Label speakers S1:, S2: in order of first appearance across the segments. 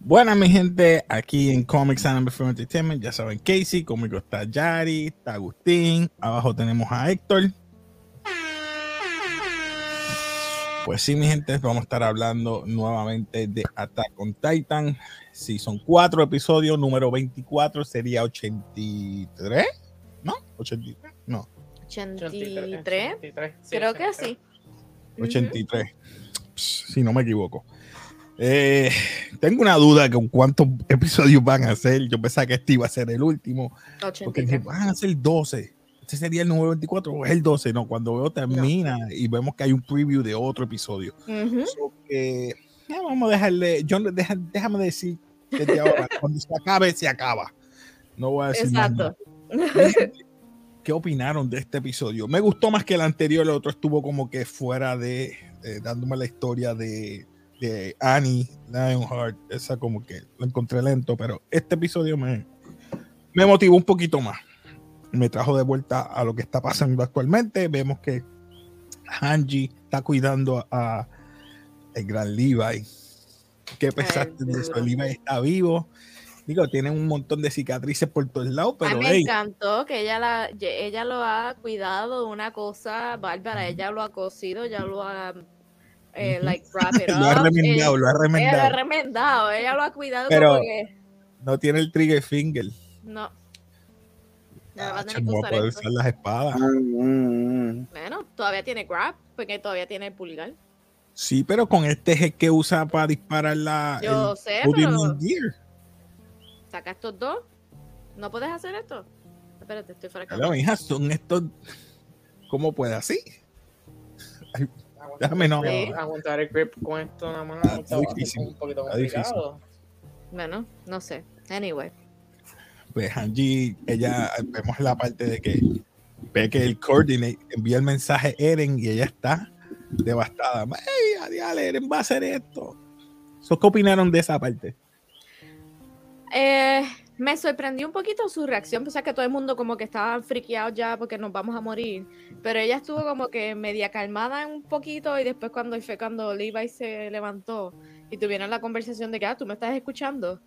S1: Buenas, mi gente, aquí en Comics and Before Entertainment. Ya saben, Casey, conmigo está Yari, está Agustín. Abajo tenemos a Héctor. Pues sí, mi gente, vamos a estar hablando nuevamente de Attack on Titan. Si son cuatro episodios, número 24 sería 83, ¿no? 83, no,
S2: 83,
S3: 83, sí,
S2: creo que
S3: 83.
S2: sí. Ujú.
S1: 83, Pss, si no me equivoco. Eh, tengo una duda con cuántos episodios van a hacer. Yo pensaba que este iba a ser el último. Porque
S2: 83.
S1: dije, "Ah, van a ser 12. Este sería el número 24 o es el 12. No, cuando veo termina y vemos que hay un preview de otro episodio.
S2: Ujú.
S1: So que, ya vamos a dejarle. Yo, no- deja- déjame decir desde ahora, cuando se acabe, se acaba. No voy a decir. más nada.
S2: Exacto.
S1: ¿Qué opinaron de este episodio? Me gustó más que el anterior. El otro estuvo como que fuera de. eh, dándome la historia de, de Annie Lionheart. Esa como que lo encontré lento, pero este episodio me, me motivó un poquito más. Me trajo de vuelta a lo que está pasando actualmente. Vemos que Hanji está cuidando a, el gran Levi. ¿Qué pensaste de eso?
S2: duro.
S1: Levi está vivo. Digo, tiene un montón de cicatrices por todos lados,
S2: A
S1: pero
S2: mí me
S1: hey,
S2: encantó que ella, la, ye- ella lo ha cuidado una cosa bárbara. Ella lo ha cosido, ya lo ha. eh,
S1: Ujú.
S2: like, wrap it
S1: lo ha
S2: up,
S1: remendado,
S2: eh,
S1: lo ha
S2: ella lo ha
S1: remendado.
S2: remendado, ella lo ha cuidado
S1: Pero-
S2: como que.
S1: No tiene el trigger finger.
S2: No. No, va
S1: Ah,
S2: a tener
S1: che,
S2: que
S1: No va a
S2: usar
S1: poder
S2: esto.
S1: usar las espadas.
S2: Bueno, todavía tiene grab, porque todavía tiene el pulgar.
S1: Sí, pero con este es el que usa para disparar la.
S2: Yo sé,
S1: Ah, el
S2: pero
S1: Udemy Gear.
S2: saca estos dos. ¿No puedes hacer esto? Espérate, estoy fuera de
S1: Claro,
S2: cámara.
S1: hija, son estos. ¿Cómo puede así?
S3: Aguantar-
S1: Déjame no.
S2: Sí.
S3: Aguantar el grip con esto nada más.
S1: Está
S3: está bastante-
S1: difícil,
S3: Un poquito
S1: está difícil.
S3: complicado.
S2: Bueno, no sé. Anyway.
S1: Pues Angie, ella, vemos la parte de que ve que el coordinate envía el mensaje a Eren y ella está devastada. ¡Ey, adiós, Eren va a hacer esto! So, ¿Qué opinaron de esa parte?
S2: Eh, me sorprendió un poquito su reacción, o sea que todo el mundo como que estaba friqueado ya porque nos vamos a morir, pero ella estuvo como que media calmada un poquito y después cuando fue cuando Levi se levantó y tuvieron la conversación de que, ah, tú me estás escuchando,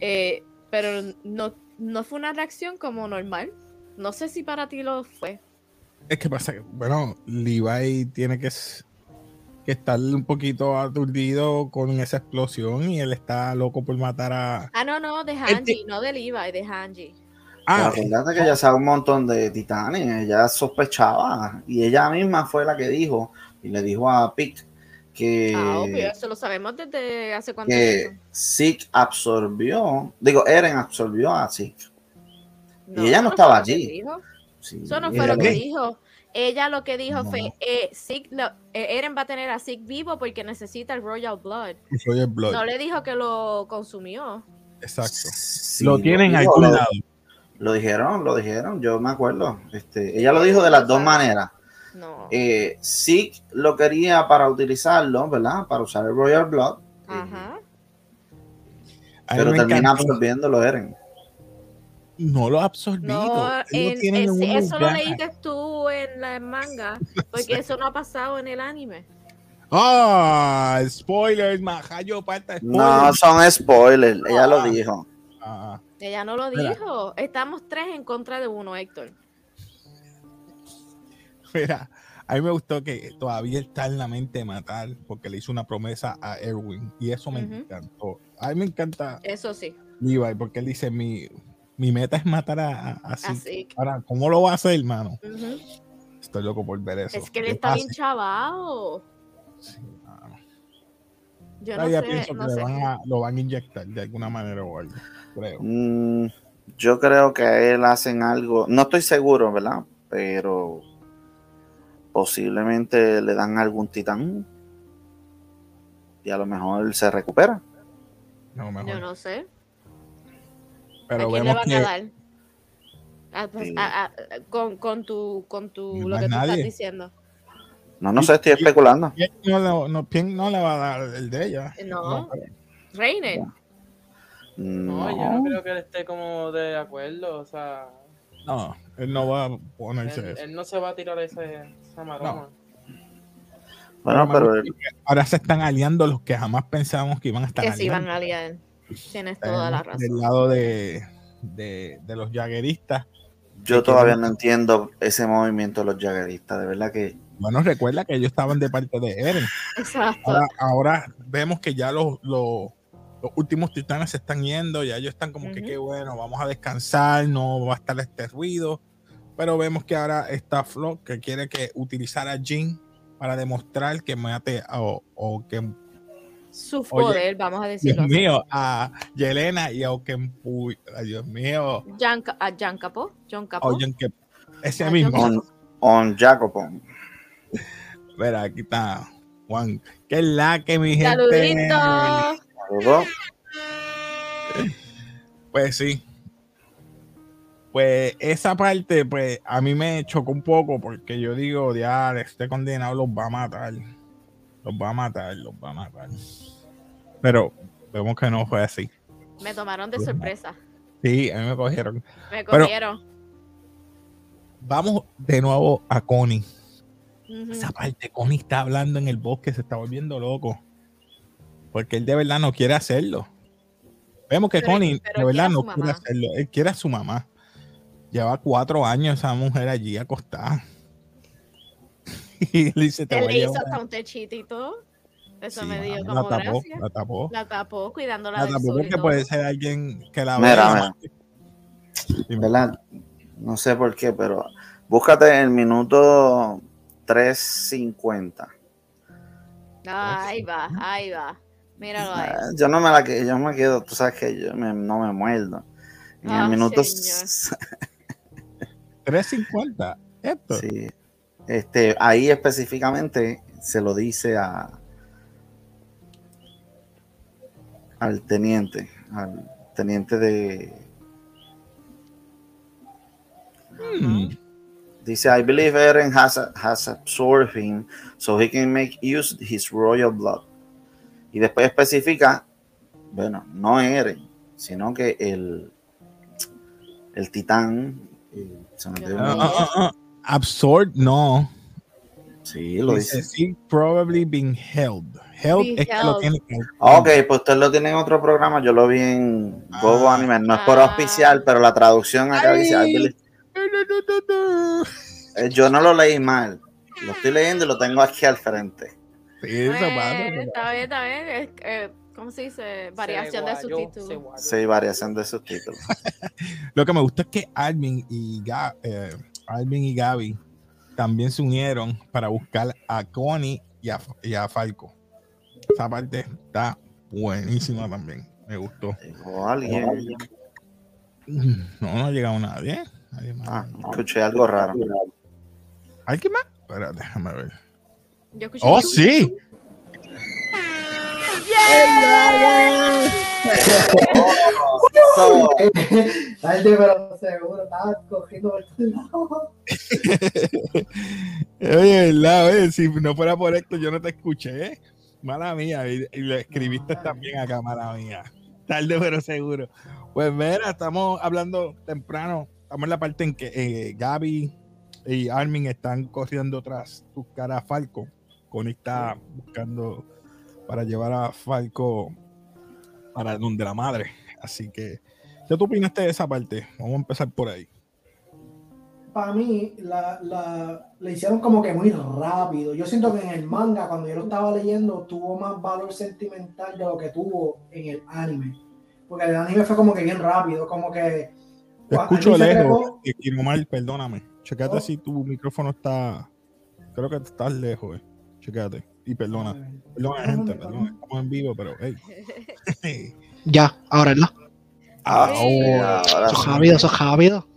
S2: Eh, pero no, no fue una reacción como normal, no sé si para ti lo fue.
S1: Es que pasa que, bueno, Levi tiene que, s- que estar un poquito aturdido con esa explosión y él está loco por matar a.
S2: Ah, no, no, de
S4: Este
S2: Hanji, no de Levi, de Hanji.
S1: Ah,
S4: Pero acuérdate que ella sabe un montón de titanes, ella sospechaba y ella misma fue la que dijo y le dijo a Pick que,
S2: Ah, obvio, eso lo sabemos desde hace cuánto
S4: que
S2: tiempo.
S4: Zeke absorbió, digo, Eren absorbió a Zeke. ella
S2: eso
S4: no estaba
S2: lo que
S4: allí.
S2: dijo.
S4: Sí,
S2: Eso no
S4: ella
S2: fue lo que
S1: ¿Qué?
S2: dijo. Ella lo que dijo
S4: No.
S2: fue, eh, Zeke lo- eh, Eren va a tener a Zeke vivo porque necesita el Royal Blood.
S1: soy el Blood.
S2: No le dijo que lo consumió.
S1: Exacto.
S4: sí,
S1: lo tienen
S4: dijo,
S1: algún
S4: lo-
S1: lado.
S4: Lo dijeron, lo dijeron, yo me acuerdo. Este, ella lo dijo de las dos maneras.
S2: No.
S4: Eh, Zeke lo quería para utilizarlo, ¿verdad? Para usar el Royal Blood,
S2: Ajá.
S1: A mí
S4: pero
S1: me
S4: termina
S1: encantó.
S4: absorbiéndolo Eren.
S1: No lo ha absorbido.
S2: No,
S1: Ellos
S2: en-
S1: tienen
S2: es-
S1: en un
S2: eso lo
S1: lugar.
S2: leíste tú en la manga, porque eso no ha pasado en el anime.
S1: Ah, spoilers, majayo, falta
S4: No,
S1: spoilers.
S4: son spoilers, ella lo
S1: Ah.
S4: dijo.
S1: Ah,
S2: Ella no lo
S1: Mira.
S2: dijo. Estamos tres en contra de uno, Héctor.
S1: mira, a mí me gustó que todavía está en la mente de matar porque le hizo una promesa a Erwin y eso me
S2: Ujú.
S1: encantó. A mí me encanta
S2: Eso sí,
S1: Levi, porque él dice, mi, mi meta es matar a, a- a Zeke".
S2: así.
S1: Ahora, ¿cómo lo va a hacer, hermano?
S2: Ujú.
S1: Estoy loco por ver eso.
S2: Es que él
S1: ¿Qué
S2: está bien
S1: pasa?
S2: chavado.
S1: Sí, mano.
S2: Yo no
S1: Todavía
S2: sé,
S1: Ah, pienso
S2: no
S1: que le
S2: sé.
S1: van a- lo van a inyectar de alguna manera o algo, creo.
S4: Mm, yo creo que a él hacen algo, no estoy seguro, ¿verdad? Pero posiblemente le dan algún titán y a lo mejor se recupera.
S1: A lo mejor.
S2: Yo no sé.
S1: Pero
S2: ¿A quién le
S1: vemos
S2: van
S1: que
S2: a dar? Ah, pues,
S4: Sí.
S2: ah, ah, con, con tu, con tu,
S1: No
S2: lo
S1: hay
S2: que tú
S1: nadie.
S2: estás diciendo.
S4: No, no sé, estoy
S1: Y- y-
S4: especulando.
S1: ¿quién no, le- no- quién no le va a dar el de ella.
S2: Eh, No, Reiner.
S3: No,
S4: No,
S3: yo no creo que él esté como de acuerdo. O sea,
S1: No, él no va a ponerse
S3: él,
S1: eso.
S3: él no se va a tirar ese, esa maroma.
S4: Bueno, pero él-
S1: Ahora se están aliando los que jamás pensábamos que iban a estar
S2: que se
S1: aliando.
S2: iban a liar. Tienes toda la razón.
S1: Del lado de, de, de los jagueristas.
S4: Yo todavía no entiendo ese movimiento de los jagueristas, de verdad que
S1: Bueno, recuerda que ellos estaban de parte de Eren.
S2: Exacto.
S1: Ahora, ahora vemos que ya los, los, los últimos titanes se están yendo, ya ellos están como que
S2: Ujú.
S1: qué bueno, vamos a descansar, no va a estar este ruido. Pero vemos que ahora está Flo que quiere que utilizar a Jin para demostrar que mate a- o, o que
S2: Su
S1: Oye,
S2: poder, vamos a
S1: Dios
S2: decirlo. así.
S1: mío, a Yelena y a Okempuy. Ay, Dios mío,
S2: Jan, Ca- a Jan Capó. John Capó.
S1: oyen que ese
S2: Ay,
S1: mismo.
S2: Dios.
S4: on, on Jacopon.
S1: Mira, aquí está Juan. Que es la que mi gente.
S2: Saluditos.
S4: Saludos.
S1: Pues sí. Pues esa parte, pues a mí me chocó un poco porque yo digo, ya, este condenado los va a matar. Los va a matar, los va a matar. Pero vemos que no fue así.
S2: Me tomaron de sorpresa.
S1: Sí, a mí me cogieron.
S2: Me
S1: Bueno.
S2: cogieron.
S1: Vamos de nuevo a Connie.
S2: Ujú.
S1: Esa parte, Connie está hablando en el bosque, se está volviendo loco. Porque él de verdad no quiere hacerlo. Vemos que
S2: Pero-
S1: Connie
S2: pero
S1: de
S2: quiere
S1: verdad
S2: a
S1: no
S2: su
S1: quiere
S2: mamá.
S1: hacerlo. Él quiere a su mamá. Lleva cuatro años esa mujer allí acostada. y él dice, te
S2: Él
S1: voy a
S2: le hizo
S1: llevar".
S2: hasta un techito y todo. Eso
S1: Sí,
S2: me dio
S1: mano,
S2: como
S1: la tapó,
S2: gracia.
S1: la tapó.
S2: La tapó cuidándola
S1: La
S2: del
S1: tapó
S2: sol y
S1: porque pues,
S2: todo.
S1: puede ser alguien que la
S4: Mira,
S1: vea.
S4: mira. ¿verdad? No sé por qué, pero búscate el minuto 350.
S2: Ahí va, ahí va. Míralo ahí.
S4: Ah, Yo no me la que yo me quedo, tú sabes que yo me- no me muerdo. En el
S2: Ah,
S4: minuto
S2: señor.
S4: s-
S1: 350. Esto.
S4: sí. Este, ahí específicamente se lo dice a al teniente, al teniente de
S1: Hmm.
S4: Dice, I believe Eren has, has absorbed him so he can make use of his royal blood. Y después especifica, bueno, no Eren, sino que el, el titán. eh, se me olvidó el
S1: Ah,
S4: nombre.
S1: ah, ah, ah. Absorb, no.
S4: Sí, lo
S1: Dice,
S4: dice.
S1: sí, probably been held. Held
S2: Being
S1: es que lo
S2: held.
S1: tiene que-
S4: Ok, pues usted lo tiene en otro programa, yo lo vi en Bobo
S1: Ah.
S4: Anime, no es por
S2: Ah.
S4: auspiciar, pero la traducción acá
S1: Ay.
S4: dice, "I believe-" Eh, yo no lo leí mal, lo estoy leyendo y lo tengo aquí al frente.
S1: Sí, eso
S2: Bueno,
S1: pasa, eso
S2: está bien, está bien. Es- eh, ¿Cómo se dice? Variación de sustituto.
S4: Sí, variación de subtítulos.
S1: pasa. Lo que me gusta es que Alvin y, Ga- eh, Alvin y Gaby también se unieron para buscar a Connie y a, y a Falco. Esa parte está buenísima también. Me gustó.
S4: Dijo alguien.
S1: No, no ha llegado nadie. Nadie más.
S4: Mm. Ah, escuché algo raro.
S1: ¿Alguien más? Espera, déjame ver.
S2: Yo escuché
S1: ¡Oh,
S2: chum,
S1: sí!
S2: chum. ¡Yeah!
S4: So,
S5: Tarde, pero seguro, estaba cogiendo por todos lados.
S1: Oye, ¿verdad? Oye, si no fuera por esto, yo no te escuché. ¿eh? Mala mía. Y, y lo escribiste también acá, mala mía. Tarde, pero seguro. Pues mira, estamos hablando temprano. Estamos en la parte en que eh, Gaby y Armin están corriendo tras tus caras a Falco. Connie está buscando para llevar a Falco para donde la madre. Así que, ¿qué tú opinaste de esa parte? Vamos a empezar por ahí.
S5: Para mí, la, la, le hicieron como que muy rápido. Yo siento que en el manga, cuando yo lo estaba leyendo, tuvo más valor sentimental de lo que tuvo en el anime. Porque el anime fue como que bien rápido, como que.
S1: Te
S5: Juan,
S1: escucho
S5: Luis se
S1: lejos,
S5: trepó.
S1: y quiero mal, perdóname. Checate
S5: Oh.
S1: si tu micrófono está. Creo que estás lejos, eh. Checate. Y perdona.
S6: Ah.
S1: Perdona, gente,
S5: Perdóname,
S1: perdona. Estamos en vivo, pero hey.
S6: Ya, ahora, ¿verdad?
S1: Ah, Ahora.
S4: ahora
S6: Eso es
S4: sí.
S6: rápido, eso es rápido.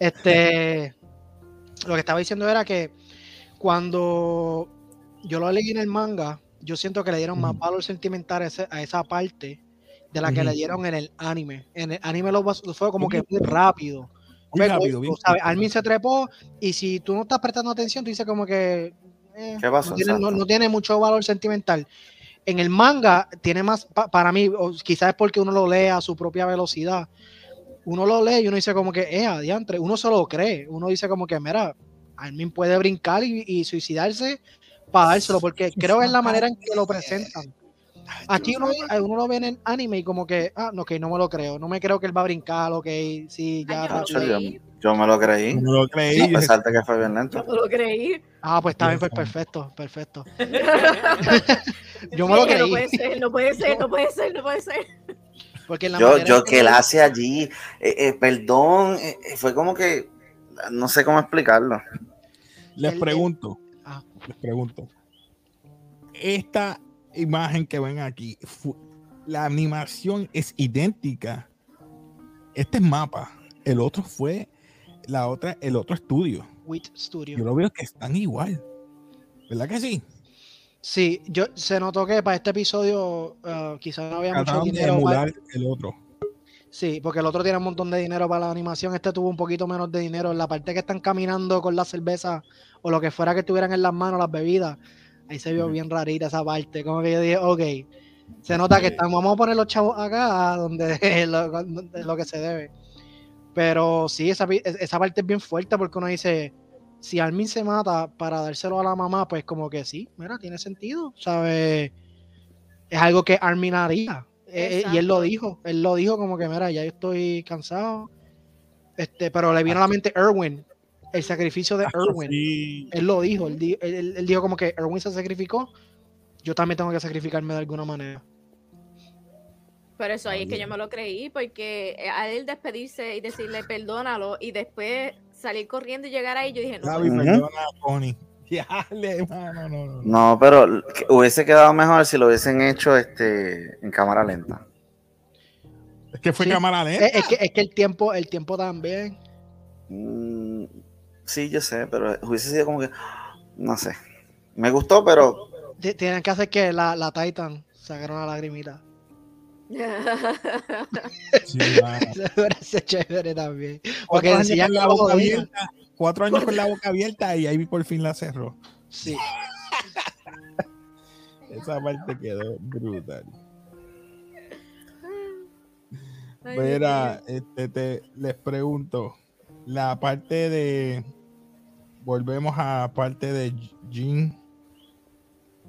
S6: Este, lo que estaba diciendo era que cuando yo lo leí en el manga, yo siento que le dieron más
S1: Ujú.
S6: valor sentimental a, ese- a esa parte de la que
S1: Ujú.
S6: le dieron en el anime. En el anime lo, bas- fue como que muy rápido.
S1: Muy
S6: Fue
S1: rápido,
S6: corto,
S1: bien
S6: ¿sabes?
S1: corto.
S6: Armin se trepó y si tú no estás prestando atención, tú dices como que... eh,
S4: ¿Qué pasó?
S6: no tiene, no-
S4: Exacto.
S6: no tiene mucho valor sentimental. En el manga tiene más, pa- para mí, o quizás es porque uno lo lee a su propia velocidad. Uno lo lee y uno dice como que, eh, adiantre, uno se lo cree. Uno dice como que, mira, Armin puede brincar y, y suicidarse para dárselo, porque creo que es la manera en que lo presentan. Aquí uno, uno lo ve en el anime y como que, ah, no, que no me lo creo. No me creo que él va a brincar, ok, sí, ya.
S2: Ay, yo no
S6: rápido.
S4: Yo,
S2: lo creí.
S4: yo me lo creí.
S1: No lo creí.
S4: A pesar de que fue bien
S2: Yo
S4: lento.
S2: no lo creí.
S6: Ah, pues está bien, pues
S1: Dios
S6: perfecto, perfecto. Yo me lo
S2: Dije, No
S6: creí.
S2: puede ser, no puede ser, no puede ser, no puede ser.
S6: Porque en la
S4: Yo,
S6: manera en
S4: yo
S6: que
S4: que
S6: lo-
S4: la hace allí, eh, eh, perdón, eh, eh, fue como que no sé cómo explicarlo.
S1: Les
S6: El-
S1: pregunto,
S6: Ah.
S1: les pregunto. Esta imagen que ven aquí, fu- la animación es idéntica. Este es mapa. El otro fue la otra, el otro estudio.
S6: Wit Studio.
S1: Yo lo veo que están igual. ¿Verdad que sí?
S6: Sí, yo se notó que para este episodio eh, quizás no había mucho
S1: Trataron de
S6: dinero. para-
S1: emular el otro.
S6: sí, porque el otro tiene un montón de dinero para la animación, este tuvo un poquito menos de dinero. En la parte que están caminando con la cerveza o lo que fuera que tuvieran en las manos, las bebidas, ahí se vio
S1: Ujú.
S6: bien rarita esa parte. Como que yo dije, ok, se nota que están, vamos a poner los chavos acá donde lo, donde- lo que se debe. Pero sí, esa, pi- esa parte es bien fuerte porque uno dice, si Armin se mata para dárselo a la mamá, pues como que sí, mira, tiene sentido, ¿sabes? Es algo que Armin haría. Eh, eh, y él lo
S2: Exacto.
S6: dijo, él lo dijo como que, mira, ya yo estoy cansado. Este, pero le vino a la mente Erwin, el sacrificio de Erwin.
S1: Sí.
S6: Él lo dijo, él, di- él- él- él dijo como que Erwin se sacrificó, yo también tengo que sacrificarme de alguna manera.
S2: Por eso ahí es que
S1: Ahí.
S2: yo me lo creí, porque eh, a él despedirse y decirle perdónalo y después salir corriendo y llegar ahí, yo dije, no,
S1: Gaby,
S4: Ujú.
S1: perdona, Tony. Dale, mano, no, no, no.
S4: No, pero que- hubiese quedado mejor si lo hubiesen hecho este en cámara lenta.
S1: Es que fue
S6: Sí.
S1: cámara lenta.
S6: Eh, Es, que, es que el tiempo, el tiempo también.
S4: Mm, sí, yo sé, pero hubiese sido como que no sé. Me gustó, pero
S6: T- Tienen que hacer que la, la Titan sacara una lagrimita.
S1: Sí, mano.
S6: Eso hubiera sido chévere también.
S1: Cuatro
S6: Porque
S1: años
S6: enseñan
S1: con la
S6: cómo
S1: boca
S6: jodía.
S1: abierta. Cuatro años con la boca abierta y ahí por fin la cerró.
S6: Sí.
S1: Esa parte quedó brutal.
S2: Ay,
S1: Mira, este, te, les pregunto, la parte de, volvemos a parte de Jin,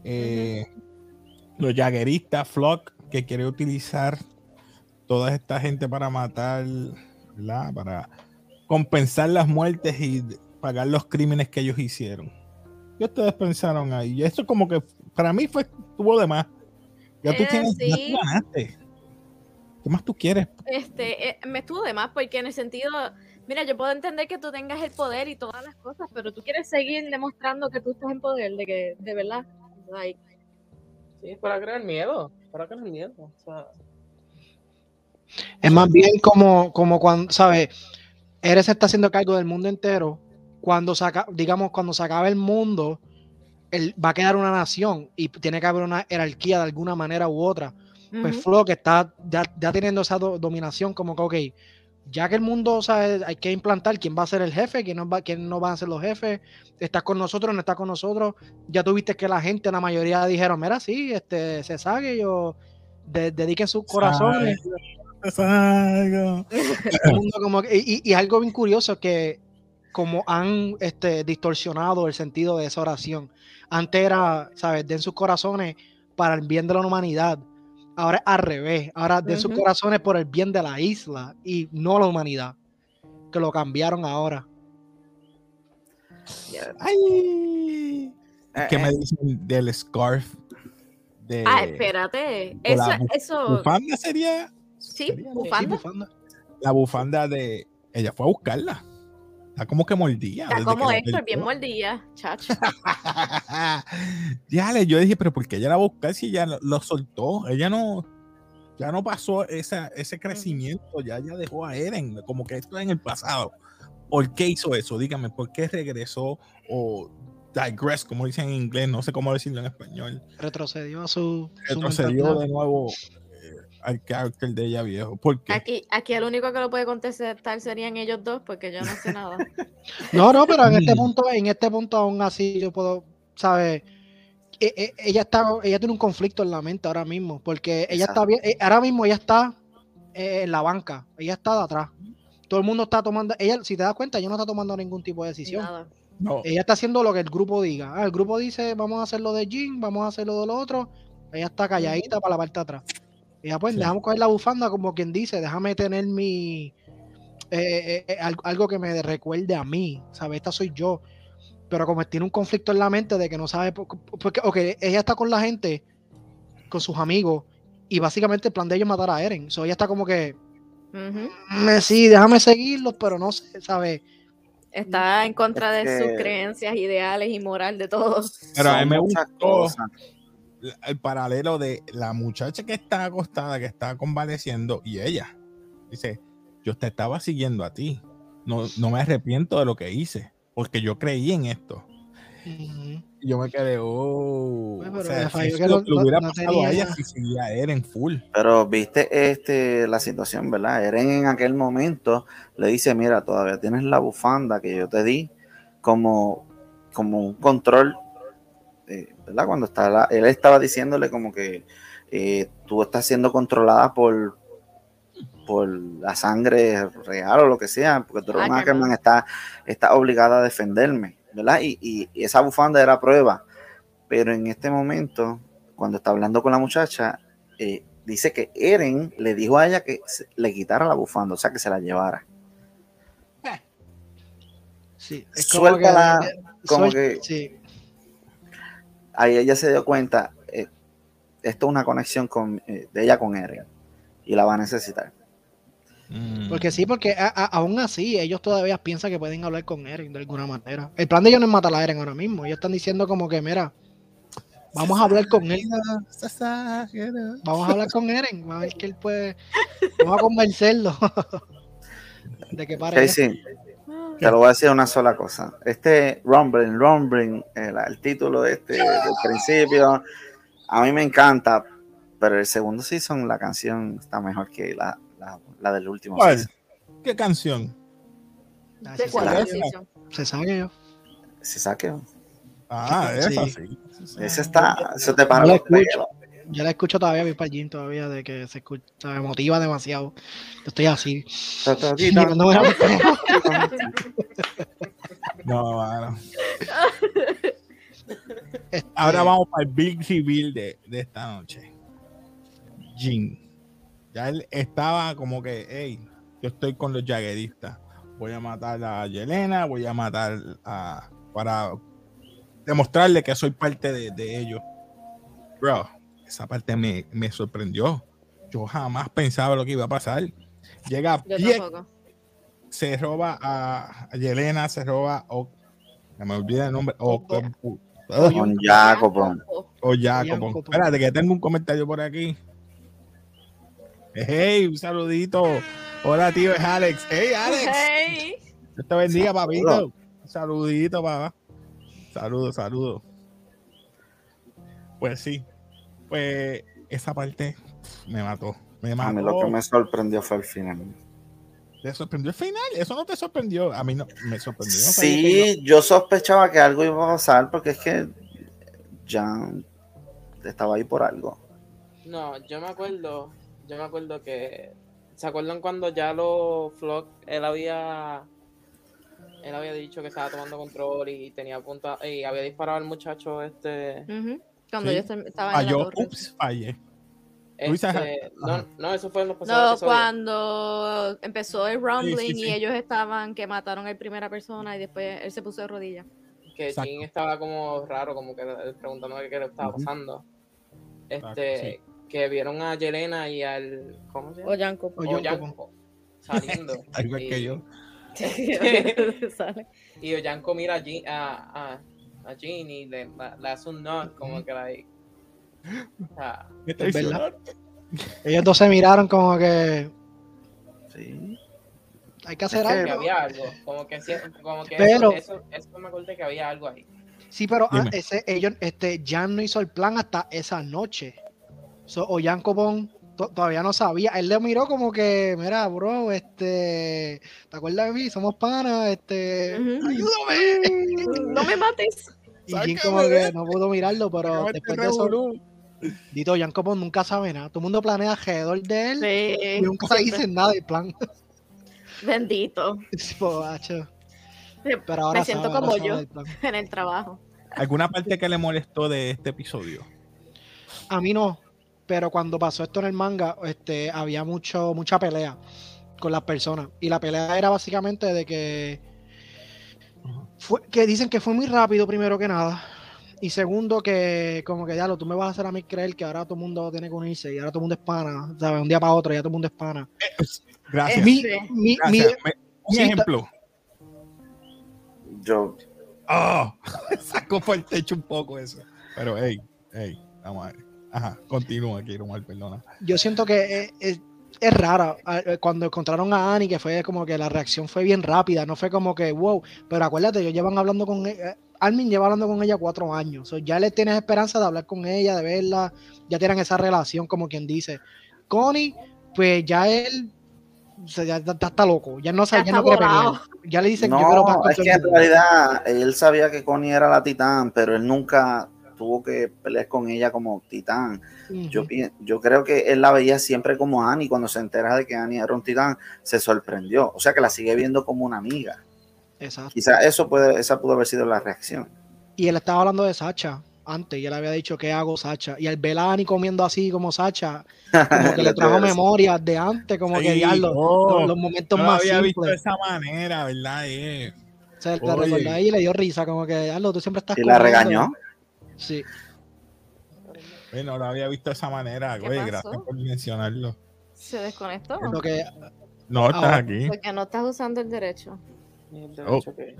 S1: eh, los jagueristas, Flock, que quiere utilizar toda esta gente para matar, ¿verdad? Para compensar las muertes y d- pagar los crímenes que ellos hicieron. ¿Qué ustedes pensaron ahí? Y esto como que para mí fue estuvo de más. Ya tú
S2: Eh,
S1: tienes, ya tú
S2: sí.
S1: ganaste. ¿Qué más tú quieres?
S2: este, eh, me estuvo de más porque en el sentido, mira, yo puedo entender que tú tengas el poder y todas las cosas, pero tú quieres seguir demostrando que tú estás en poder, de que, de verdad, like,
S3: Sí, para crear miedo. Para crear miedo. O sea,
S6: Es más bien como, como cuando, ¿sabes? Eres se está haciendo cargo del mundo entero. Cuando saca, digamos, cuando se acabe el mundo, él va a quedar una nación y tiene que haber una jerarquía de alguna manera u otra. Pues
S2: ujú,
S6: Flo que está ya, ya teniendo esa do- dominación, como que, ok, ya que el mundo, ¿sabes? Hay que implantar quién va a ser el jefe, quién no va, quién no va a ser los jefes, estás con nosotros, no estás con nosotros. Ya tuviste que la gente, la mayoría dijeron, mira, sí, este, se sabe, yo de- dediquen sus corazones
S1: Salgo.
S6: todo el este mundo como que- y, y- y algo bien curioso que como han este, distorsionado el sentido de esa oración. Antes era, ¿sabes? Den sus corazones para el bien de la humanidad. Ahora es al revés. Ahora den sus
S2: Ujú.
S6: corazones por el bien de la isla y no la humanidad. Que lo cambiaron ahora.
S1: Ay.
S4: eh,
S1: ¿Qué me
S4: eh,
S1: dicen del scarf? De,
S2: Ah, espérate.
S1: o
S2: Eso,
S1: la bu-
S2: eso,
S1: ¿Bufanda sería?
S2: sí,
S1: sería, ¿no?
S6: Sí,
S2: bufanda.
S6: bufanda.
S1: La bufanda de. Ella fue a buscarla. Está como que mordía.
S2: Está
S1: desde
S2: como
S1: que la
S2: Héctor, bien
S1: perdió.
S2: mordida, chacho.
S1: Dígale, yo dije, pero ¿por qué ella la va a buscar si ella lo, lo soltó? Ella no. Ya no pasó esa, ese crecimiento, ya ella dejó a Eren, como que esto es en el pasado. ¿Por qué hizo eso? Dígame, ¿por qué regresó o digress, como dicen en inglés? No sé cómo decirlo en español.
S6: Retrocedió a su... su
S1: Retrocedió
S6: mentalidad.
S1: de nuevo eh, al carácter de ella viejo. ¿Por qué?
S2: Aquí, aquí el único que lo puede contestar serían ellos dos, porque yo no sé nada.
S6: No, no, pero en este
S1: Mm.
S6: punto, en este punto aún así yo puedo, ¿sabes? E- e- Ella está, ella tiene un conflicto en la mente ahora mismo, porque ella está
S4: Exacto.
S6: bien, eh, ahora mismo ella está eh, en la banca, ella está de atrás. Todo el mundo está tomando, ella, si te das cuenta, ella no está tomando ningún tipo de decisión.
S2: nada.
S1: No,
S6: Ella está haciendo lo que el grupo diga. Ah, el grupo dice, vamos a hacer lo de Jin, vamos a hacer lo de lo otro. Ella está calladita para la parte de atrás. Y ya pues, dejamos coger la bufanda como quien dice, déjame tener mi... eh, eh, eh, al- algo que me recuerde a mí, ¿sabes? Esta soy yo. Pero como tiene un conflicto en la mente de que no sabe... por- Porque, ok, ella está con la gente, con sus amigos, y básicamente el plan de ellos es matar a Eren. So, ella está como que,
S2: Ujú.
S6: "Mm, sí, déjame seguirlos, pero no sé, ¿sabes?
S2: Está en contra de
S4: Es que-
S2: sus creencias, ideales y moral de todos.
S1: Pero a mí
S4: Son
S1: me
S4: muchas
S1: gustó
S4: cosas.
S1: la- el paralelo de la muchacha que está acostada, que está convaleciendo, y ella. Dice, yo te estaba siguiendo a ti. No, no me arrepiento de lo que hice, porque yo creí en esto.
S6: Ujú.
S1: Y yo me quedé, oh.
S6: Pues, pero
S1: o sea,
S6: le
S1: si
S6: falló
S1: eso
S6: que no-
S1: le hubiera
S6: no- no
S1: pasado a
S6: tenía-
S1: ella si seguía a Eren full.
S4: Pero viste este, la situación, ¿verdad? Eren en aquel momento le dice, mira, todavía tienes la bufanda que yo te di como, como un control, eh, ¿verdad? Cuando estaba, él estaba diciéndole como que eh, tú estás siendo controlada por, por la sangre real o lo que sea, porque tú eres un
S2: Ackerman.
S4: Ackerman, está, está obligada a defenderme, ¿verdad? Y, y- y esa bufanda era prueba. Pero en este momento, cuando está hablando con la muchacha, eh, dice que Eren le dijo a ella que se- le quitara la bufanda, o sea, que se la llevara.
S6: Sí,
S4: Suéltala, como
S6: eh, suel-
S4: que-
S6: sí.
S4: Ahí ella se dio cuenta, eh, esto es una conexión con, eh, de ella con Eren y la va a necesitar.
S1: Mm.
S6: Porque sí, porque a- a- aún así ellos todavía piensan que pueden hablar con Eren de alguna manera. El plan de ellos no es matar a Eren ahora mismo. Ellos están diciendo como que, mira, vamos a hablar con él, vamos a hablar con Eren, vamos a ver que él puede, vamos a convencerlo. de que pare. esto.
S4: Casey,
S1: Ah,
S4: te lo voy a decir una sola cosa. Este Rumbling, Rumbling, el, el título este del principio, a mí me encanta, pero el segundo season la canción está mejor que la, la- la del último
S1: ¿Cuál?
S4: season.
S1: ¿Qué canción?
S6: Ah,
S2: ¿De
S6: se
S2: cuál
S4: claro.
S6: sabe,
S2: decisión?
S6: se sabe yo.
S4: Se saqueó.
S1: Ah,
S6: Sí.
S1: esa sí.
S4: Ese está, eso te para
S6: Yo la
S4: los
S6: escucho.
S4: pelos.
S6: Yo la escucho todavía, voy para el gym todavía, de que se escucha, me motiva demasiado. Yo estoy así.
S4: Totoquita.
S6: mirándome a los ojos.
S1: No, mano.
S6: Este,
S1: Ahora vamos para el big reveal de, de esta noche. Jin. Ya él estaba como que, hey, yo estoy con los jagueristas. Voy a matar a Yelena, voy a matar a... para demostrarle que soy parte de, de ellos. Bro, esa parte me, me sorprendió. Yo jamás pensaba lo que iba a pasar. Llega
S2: Yo
S1: Pie-
S2: tampoco.
S1: se roba a a Yelena, se roba o me olvida el nombre o,
S2: Ojo.
S1: o,
S4: Con Jacobo.
S1: o Jacobo.
S6: Jacobo.
S1: Espérate que tengo un comentario por aquí. Hey, un saludito. Hola tío, es Alex. Hey Alex,
S2: Hey.
S1: Dios te bendiga papito.
S4: Saludo.
S1: Un saludito papá. Saludos, saludos. Pues sí, pues esa parte pff, me mató, me
S4: A
S1: mató.
S4: mí lo que me sorprendió fue el final.
S1: ¿Te sorprendió el final? Eso no te sorprendió. A mí no, me sorprendió. O sea, yo tengo-
S4: Sí, yo sospechaba que algo iba a pasar porque es que Jan estaba ahí por algo.
S3: No, yo me acuerdo, yo me acuerdo que, ¿se acuerdan cuando ya los Flock, él había, él había dicho que estaba tomando control y tenía punta, y había disparado al muchacho este,
S2: Ujú. Cuando
S1: Sí.
S2: yo est- estaba
S1: Ah,
S2: en la
S1: yo,
S2: torre.
S1: ups, fallé. Luisa,
S3: este no,
S1: ajá.
S3: no, eso fue en los pasados
S2: No,
S3: episodios.
S2: cuando empezó el rumbling
S1: sí.
S2: y ellos estaban que mataron a la primera persona y después él se puso de rodillas.
S3: que
S1: Exacto.
S3: Jin estaba como raro, como que preguntando qué, qué le estaba
S4: Ujú.
S3: pasando.
S1: Exacto,
S3: Este, que vieron a Yelena y al ¿cómo se llama?
S2: Yanko.
S6: O Yonko.
S3: Oyanko saliendo.
S1: Al igual
S3: y,
S1: que yo.
S3: Y Oyanko mira a Jin, a, a, a Jin y le, la- le hace un nod, como que like. o sea,
S1: Me
S6: verdad.
S1: traicionaste.
S6: ellos dos se miraron como que
S4: Sí.
S6: hay que hacer
S4: Es que
S3: que
S6: algo.
S3: había algo, como que, sí- como que
S6: Pero-
S3: eso, eso, eso me acordé que había algo ahí.
S6: Sí, pero ah,
S1: Dime.
S6: ese, ellos, este, Jan no hizo el plan hasta esa noche. So, o Jan Copón to- todavía no sabía. Él le miró como que, mira, bro, este, ¿te acuerdas de mí? Somos panas, este,
S2: Ujú.
S6: ayúdame.
S2: No me mates.
S6: Y Jim
S1: Sácame
S6: como
S1: de
S6: que
S1: esto.
S6: no pudo mirarlo, pero
S1: Acabaste
S6: después de eso,
S1: este revolú.
S6: Dito, Jan Copón nunca sabe nada. Todo el mundo planea alrededor de él y nunca se
S2: Siempre.
S6: dicen nada del plan.
S2: Bendito.
S6: Tipo, hacho.
S2: Me-
S6: Pero ahora
S2: me siento
S6: sabe, ahora
S2: como
S6: sabe
S2: yo
S6: del plan.
S2: en el trabajo.
S1: ¿Alguna parte que le molestó de este episodio?
S6: A mí no, pero cuando pasó esto en el manga, este, había mucho, mucha pelea con las personas. Y la pelea era básicamente de que fue, que dicen que fue muy rápido primero que nada. Y segundo, que como que ya lo tú me vas a hacer a mí creer que ahora todo el mundo tiene que unirse y ahora todo el mundo es pana, ¿sabes? Un día para otro, ya todo el mundo es pana.
S1: Gracias.
S6: Mi- mi- mi-
S1: Gracias. Me- un
S6: sí,
S1: ejemplo.
S4: Yo,
S1: Ah, sacó por el techo un poco eso. Pero, hey, hey, vamos a ver. Ajá, continúa, quiero mal, perdona.
S6: yo siento que es, es- es rara. Ah, eh, Cuando encontraron a Annie, que fue como que la reacción fue bien rápida, no fue como que wow. Pero acuérdate, ellos llevan hablando con ella. Armin lleva hablando con ella cuatro años. So, ya le tienes esperanza de hablar con ella, de verla. Ya tienen esa relación, como quien dice. Connie, pues ya él. o sea, ya, está- está loco. Ya no
S2: Ya
S6: sabe. Ya, no
S2: está
S6: quiere pelear.
S2: borrado.
S6: Ya le dicen yo quiero paz
S4: no,
S6: con
S4: es
S6: todo
S4: que
S6: el
S4: en
S6: mundo".
S4: realidad él sabía que Connie era la titán, pero él nunca tuvo que pelear con ella como titán.
S6: Ujú.
S4: Yo, pi- yo creo que él la veía siempre como Annie. Cuando se entera de que Annie era un titán, se sorprendió. O sea que la sigue viendo como una amiga.
S6: Exacto.
S4: Quizás eso puede, esa pudo haber sido la reacción.
S6: Y él estaba hablando de Sacha antes, y él había dicho, ¿qué hago, Sacha? Y al ver a Annie comiendo así como Sacha, como que le
S4: Le
S6: trajo
S4: tuve-
S6: memorias de antes, como que
S1: Sí,
S6: diablo,
S1: oh,
S6: los, los
S1: No
S6: momentos
S1: lo
S6: más
S1: había visto de
S6: simples.
S1: esa manera, ¿verdad? Eh,
S6: O sea, él
S1: Oye.
S6: la recordó ahí y le dio risa, como que diablo, tú siempre estás
S4: Y la
S6: comiendo".
S4: regañó.
S6: Sí.
S1: eh, no lo había visto de esa manera,
S2: ¿Qué
S1: güey.
S2: pasó?
S1: Gracias por mencionarlo.
S2: Se desconectó.
S6: Lo que,
S1: No,
S6: Ahora,
S1: estás aquí.
S2: Porque no estás usando el derecho.
S3: El
S1: Oh.
S3: derecho que-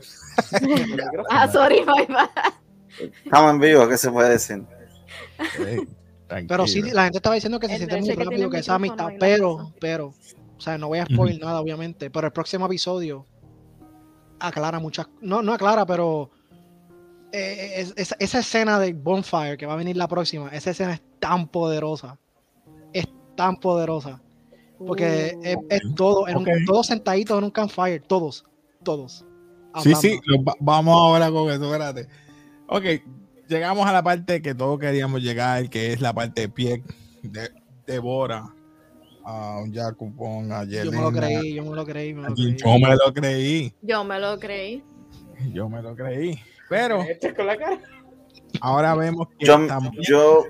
S2: Ah, sorry, bye bye.
S4: Estamos en vivo, ¿qué se puede decir?
S1: eh,
S6: pero sí,
S1: tranquilo.
S6: la gente estaba diciendo que se
S2: El
S6: siente
S2: derecho
S6: muy
S2: que tiene
S6: rápido,
S2: el
S6: que esa
S2: micrófono
S6: amistad,
S2: y la
S6: pero,
S2: cosa.
S6: pero, o sea, no voy a spoil
S1: Ujú.
S6: nada, obviamente, pero el próximo episodio aclara muchas, no, no aclara, pero eh, es- es- esa escena de Bonfire que va a venir la próxima, esa escena es tan poderosa, es tan poderosa, porque eh, es, es todo, en un-
S1: Ok.
S6: todos sentaditos en un campfire, todos, todos.
S1: Sí,
S6: hablando.
S1: sí, lo- va- vamos ahora con eso, espérate. Ok, llegamos a la parte que todos queríamos llegar, que es la parte de pie de devora a un Jacupón, a
S6: Yo me
S1: Yelena,
S6: lo creí, yo me lo creí, me
S1: a
S6: lo
S1: Jin-
S6: creí.
S1: Yo me lo creí,
S2: Uh,
S1: yo
S2: Yo me lo creí.
S1: me lo creí. Pero
S3: Este con la cara.
S1: ahora vemos que
S4: Yo,
S1: estamos-
S4: yo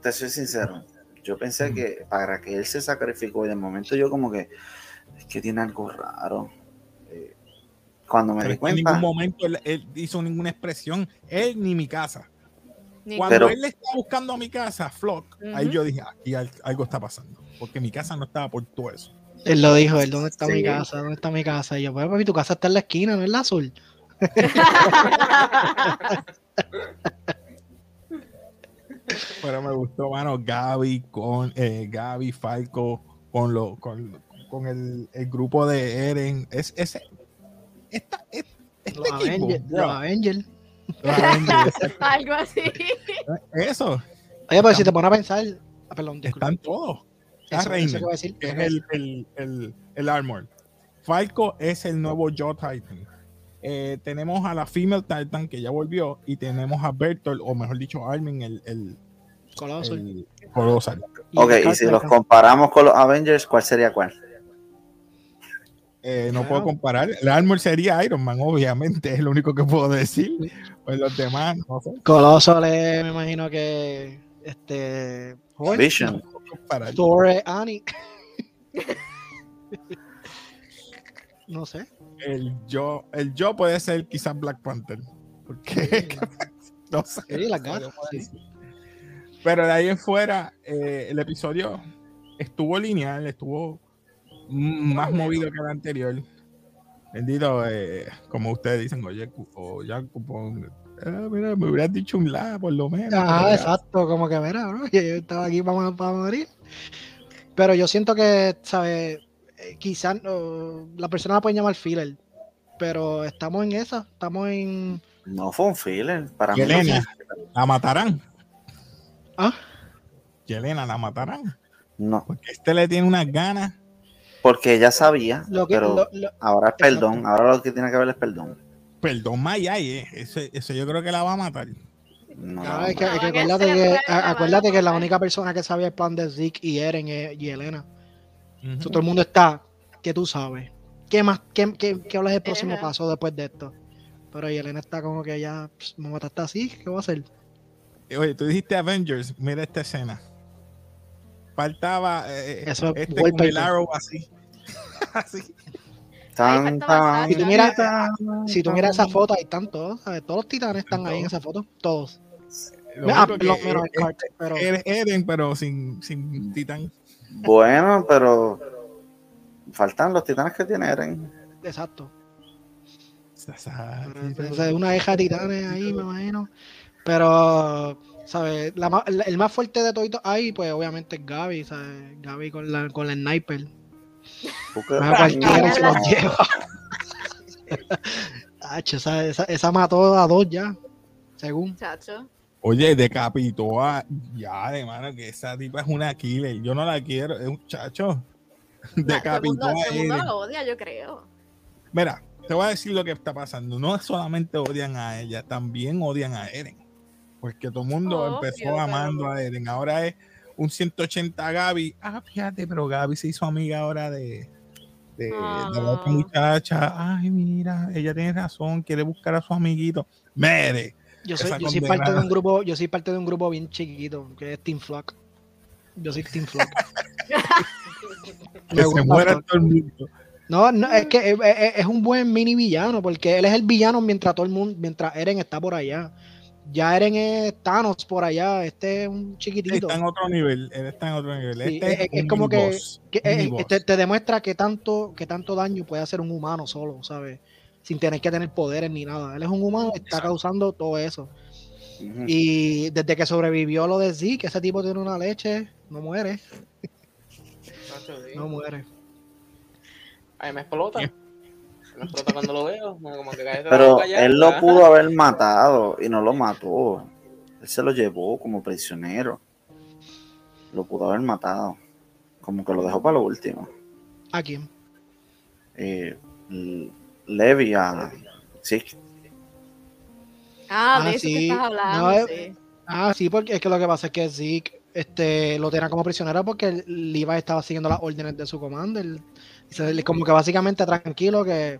S4: te soy sincero. Yo pensé que para que él se sacrificó y de momento yo como que es que tiene algo raro. Eh, Cuando me
S1: pero
S4: di
S1: es que en ningún
S4: cuenta,
S1: momento él, él hizo ninguna expresión, él ni mi casa.
S2: Ni-
S1: Cuando
S4: Pero-
S1: él le está buscando a mi casa, Flock, ahí
S2: Ujú.
S1: yo dije, aquí al- algo está pasando, porque mi casa no estaba por todo eso.
S6: Él lo dijo, él, ¿dónde está mi
S4: Sí.
S6: casa? ¿Dónde está mi casa? Y yo, pues, papi, tu casa está en la esquina, no es la azul.
S1: Pero me gustó, mano, Gaby con eh, Gaby Falco con lo con, con el, el grupo de Eren. Es ese esta, es- este
S6: Los
S1: equipo.
S6: Avengers.
S1: bro.
S6: Los Avengers.
S1: Los Avengers,
S2: Algo así.
S1: Eso,
S6: Oye, pero si te pones a pensar. Ah, perdón, disculpa.
S1: están todos. Está
S6: Eso- eso
S1: Reiner,
S6: que voy a decir.
S1: que es el, el, el, el Armor. Falco es el nuevo Joe Titan. Eh, tenemos a la Female Titan que ya volvió y tenemos a Bertolt, o mejor dicho, Armin, el, el,
S6: Colossal.
S1: el Colossal.
S6: Y
S4: ok,
S6: el
S4: y si los
S6: Capitán.
S4: comparamos con los Avengers, ¿cuál sería cuál?
S1: Eh, no
S6: Claro.
S1: puedo comparar. El Armor sería Iron Man, obviamente, es lo único que puedo decir. Pues los demás, no sé,
S6: Colossal es, me imagino que. Este. Hulk,
S4: Vision.
S1: no puedo comparar.
S6: Thor es Annie. no sé.
S1: El yo, el yo puede ser quizás Black Panther, porque no sé.
S6: Sí, las
S1: no sé
S6: gafas,
S1: cómo
S6: sí.
S1: decir. Pero de ahí en fuera, eh, el episodio estuvo lineal, estuvo mm, más movido que el anterior. Bendito, eh, como ustedes dicen, oye, cu- o ya, cupón, eh, mira, me hubieras dicho un la, por lo menos.
S6: Ajá,
S1: Mira.
S6: Ah, exacto, como que mira, bro, yo estaba aquí para, para morir. Pero yo siento que, ¿sabes? Eh, Quizás la persona la pueden llamar filler, pero estamos en esa, estamos en.
S4: No fue un filler. Para mí no fue
S1: Yelena,
S4: un
S1: la matarán.
S6: Ah.
S1: Yelena, la matarán.
S4: No,
S1: Porque este le tiene unas ganas.
S4: porque ella sabía,
S6: Lo que,
S4: pero
S6: lo- lo-
S4: ahora es perdón,
S6: Exacto.
S4: ahora lo que tiene que haber es perdón.
S1: Perdón, Maya, eh. eso, eso yo creo que la va a matar.
S4: No,
S6: Claro, ah, es que,
S2: No,
S6: es que
S2: que
S6: acuérdate,
S2: se
S6: que,
S2: puede
S6: a- acuérdate
S2: grabar,
S6: que la
S2: ¿no?
S6: única persona que sabía el plan de Zeke y Eren es y Elena.
S1: Ujú.
S6: So, todo el mundo está, que tú sabes. ¿Qué más? ¿Qué, qué, qué hablas del próximo
S2: Ajá.
S6: paso después de esto? Pero y Elena está como que ya pss, me mataste así, ¿qué voy a hacer?
S1: Oye, tú dijiste Avengers, mira esta escena. Faltaba eh,
S6: Eso es
S1: este con el
S6: wallpaper.
S1: arrow así. así.
S4: Tan, tan,
S6: Si tú miras-
S4: tan,
S6: Si tú miras esa foto, ahí están todos, ¿sabes? Todos los titanes están ahí en esa foto, todos.
S1: Lo
S6: Ah,
S1: único que
S6: menos- menos
S1: es-
S6: el Carter, pero
S1: Eres Eren, pero sin, sin titán.
S4: Bueno, pero faltan los titanes que tiene Eren.
S6: exacto.
S1: Sa- sa-
S6: Entonces, una hija de titanes ahí, me imagino. Pero, ¿sabes? La ma- la- el más fuerte de toditos ahí, pues obviamente es Gaby, ¿sabes? Gaby con la, con la sniper.
S4: Porque-
S6: Ah, cualquiera se los
S4: No.
S6: lleva. Hacho, esa, esa, esa mató a dos ya, según.
S2: Chacho.
S1: Oye, decapitó a. Ya, hermano, que esa tipa es una killer. Yo no la quiero, es un chacho.
S2: Nah, todo el
S1: Decapitó
S2: mundo,
S1: a
S2: todo el mundo
S1: Eren.
S2: la odia, yo creo.
S1: Mira, te voy a decir lo que está pasando. No solamente odian a ella, también odian a Eren. Porque todo el mundo
S2: Obvio,
S1: empezó amando
S2: claro.
S1: a Eren. Ahora es un 180 Gaby. Ah, fíjate, pero Gaby se hizo amiga ahora de, de, de la otra
S2: Ah.
S1: muchacha. Ay, mira, ella tiene razón, quiere buscar a su amiguito. Mere.
S6: Yo soy,
S1: Esa
S6: yo soy
S1: condenada.
S6: parte de un grupo, yo soy parte de un grupo bien chiquito, que es Team Flock. Yo soy Team Flock.
S1: Que se
S6: gusta
S1: muera
S6: Flock.
S1: todo el mundo.
S6: No, no, es que es, es- es un buen mini villano, porque él es el villano mientras todo el mundo, mientras Eren está por allá. Ya Eren es Thanos por allá, este es un
S1: Él
S6: chiquitito.
S1: está en otro nivel. Él está en otro nivel.
S6: Sí,
S1: Este es,
S6: es- es
S1: un
S6: como que-
S1: boss,
S6: Que,
S1: un
S6: eh, eh,
S1: boss.
S6: te, te demuestra que tanto, que tanto daño puede hacer un humano solo, ¿sabes? Sin tener que tener poderes ni nada. Él es un humano y está
S1: Exacto.
S6: causando todo eso.
S4: Ujú.
S6: Y desde que sobrevivió lo de Z, que ese tipo tiene una leche, no muere,
S3: Chacho, sí.
S6: no muere.
S3: Ay, me explota. Me explota cuando lo veo. Como como que cae de la
S4: Pero
S3: boca ya,
S4: él lo
S3: ajá.
S4: pudo haber matado y no lo mató. Él se lo llevó como prisionero. Lo pudo haber matado. Como que lo dejó para lo último.
S6: ¿A quién?
S4: Eh, L- Levi a... Sí,
S2: Ah,
S6: Ah,
S2: de eso
S6: sí.
S2: que estás hablando.
S6: No,
S2: sí.
S6: Ah, sí, porque es que lo que pasa es que Zeke este, lo tenía como prisionero porque el- Levi estaba siguiendo las órdenes de su comando. él- se- él como que básicamente tranquilo que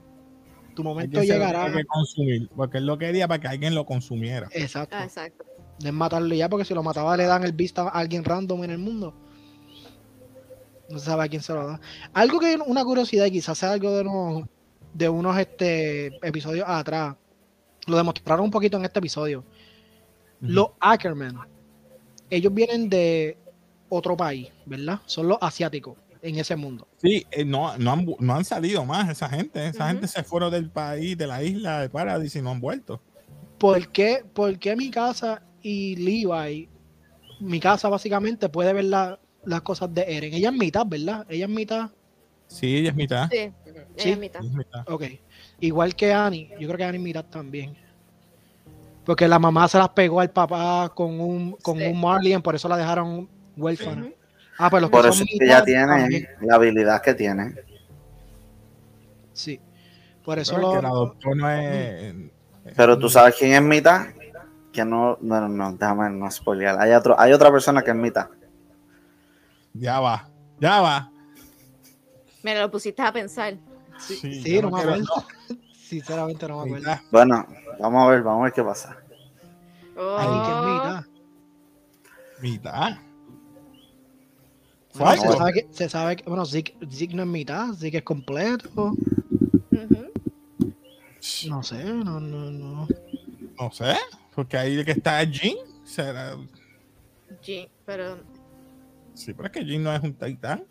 S6: tu
S1: Alguien
S6: momento
S1: se lo
S6: llegará.
S1: tiene que consumir, porque él lo quería para que alguien lo consumiera.
S6: Exacto.
S2: Ah, exacto.
S6: De matarlo ya porque si lo mataba le dan el vista a alguien random en el mundo. No se sabe a quién se lo da. Algo que una curiosidad, y quizás sea algo de unos, de unos este, episodios atrás. Lo demostraron un poquito en este episodio. Los Ackerman, ellos vienen de otro país, ¿verdad? Son los asiáticos en ese mundo.
S1: Sí, eh, no, no, han, vu- no han salido más esa gente. Esa
S2: Ujú.
S1: gente se fueron del país, de la isla de Paradis y no han vuelto.
S6: ¿Por qué, por qué mi casa y Levi, mi casa básicamente puede ver la- las cosas de Eren? Ella es mitad, ¿verdad? Ella es mitad.
S1: Sí, ella es mitad.
S2: Sí,
S6: Sí.
S2: ella es mitad.
S1: Ella es mitad.
S6: Ok. Igual que Annie, yo creo que Annie mira también. Porque la mamá se las pegó al papá con un, con
S2: Sí.
S6: un Marlin, por eso la dejaron huérfana.
S2: Ujú.
S6: Ah, pero los
S4: por
S6: que
S4: eso
S6: son
S4: es que ya
S6: mitad también,
S4: tiene la habilidad que tiene.
S6: Sí. Por eso
S1: Pero el
S6: lo-
S1: que la adoptó no es. es
S4: Pero
S1: un-
S4: tú sabes quién es mitad. Que no, no, no, no, déjame no spoilear. Hay, otro, hay otra persona que es mitad.
S1: Ya va, ya va.
S2: Me lo pusiste a pensar.
S6: Sí,
S1: Sí,
S6: sí,
S1: yo
S6: no
S1: no
S6: me
S1: quiero-
S6: acuerdo. Sinceramente no me acuerdo.
S1: Mitad.
S4: Bueno, vamos a ver, vamos a ver qué pasa.
S6: Annie, que es
S2: Oh.
S6: mitad.
S1: mitad.
S6: Bueno, se
S1: Falso.
S6: sabe que, se sabe que- bueno, Zeke, Zeke no es mitad, Zeke es completo.
S2: Ujú.
S6: No sé, no, no, no.
S1: No sé, porque ahí que está Jin. Será...
S2: Sí, pero
S1: Sí, pero es que Jin no es un titán.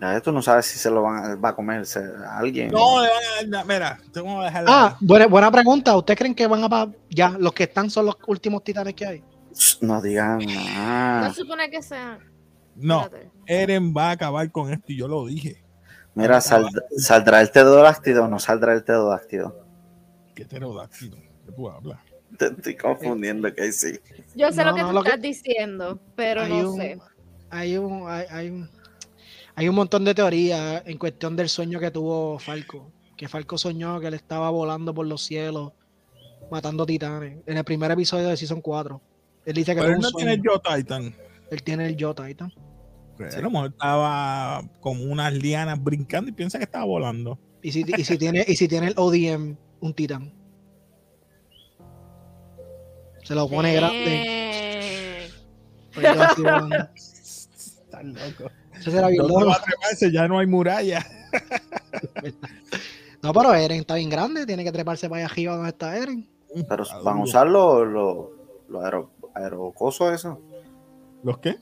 S4: Ya tú no sabes si se lo van a, va a comerse a alguien.
S1: No, le van a dar- Mira, tengo que dejarla.
S6: Ah,
S1: ahí.
S6: buena, buena pregunta. ¿Ustedes creen que van a pa- ya los que están son los últimos titanes que hay?
S4: No digan
S2: no
S4: nada.
S2: supone que sea.
S1: No,
S2: Espérate.
S1: Eren va a acabar con esto y yo lo dije.
S4: Mira, sal- ¿saldrá el teodáctido o no saldrá el teodáctido?
S1: Que pterodáctilo, que tú hablas.
S4: Te estoy confundiendo, que sí.
S2: Yo sé
S6: No,
S2: lo que
S6: no,
S2: tú
S6: lo que-
S2: estás diciendo, pero
S6: Hay
S2: no
S6: un-
S2: sé.
S6: Hay un, hay, hay un, hay un montón de teorías en cuestión del sueño que tuvo Falco. Que Falco soñó que él estaba volando por los cielos, matando titanes. En el primer episodio de Season 4. Él dice que
S1: Pero
S6: tuvo
S1: él
S6: un
S1: no
S6: sueño.
S1: tiene el Joe Titan.
S6: Él tiene el yo Titan.
S1: Pero A lo mejor estaba como unas lianas brincando y piensa que estaba volando.
S6: Y si, y si tiene, y si tiene el ODM, un titán. Se lo pone grande.
S2: Eh,
S6: Perdón,
S1: Está loco.
S6: Ese será bien
S1: No,
S6: loco.
S1: va a treparse, ya no hay muralla.
S6: No, pero Eren está bien grande, tiene que treparse para allá arriba donde está Eren.
S4: Pero
S6: Ah,
S1: Está
S4: van a
S1: duro.
S4: usar los los los aero- aerocosos esos.
S1: ¿Los qué?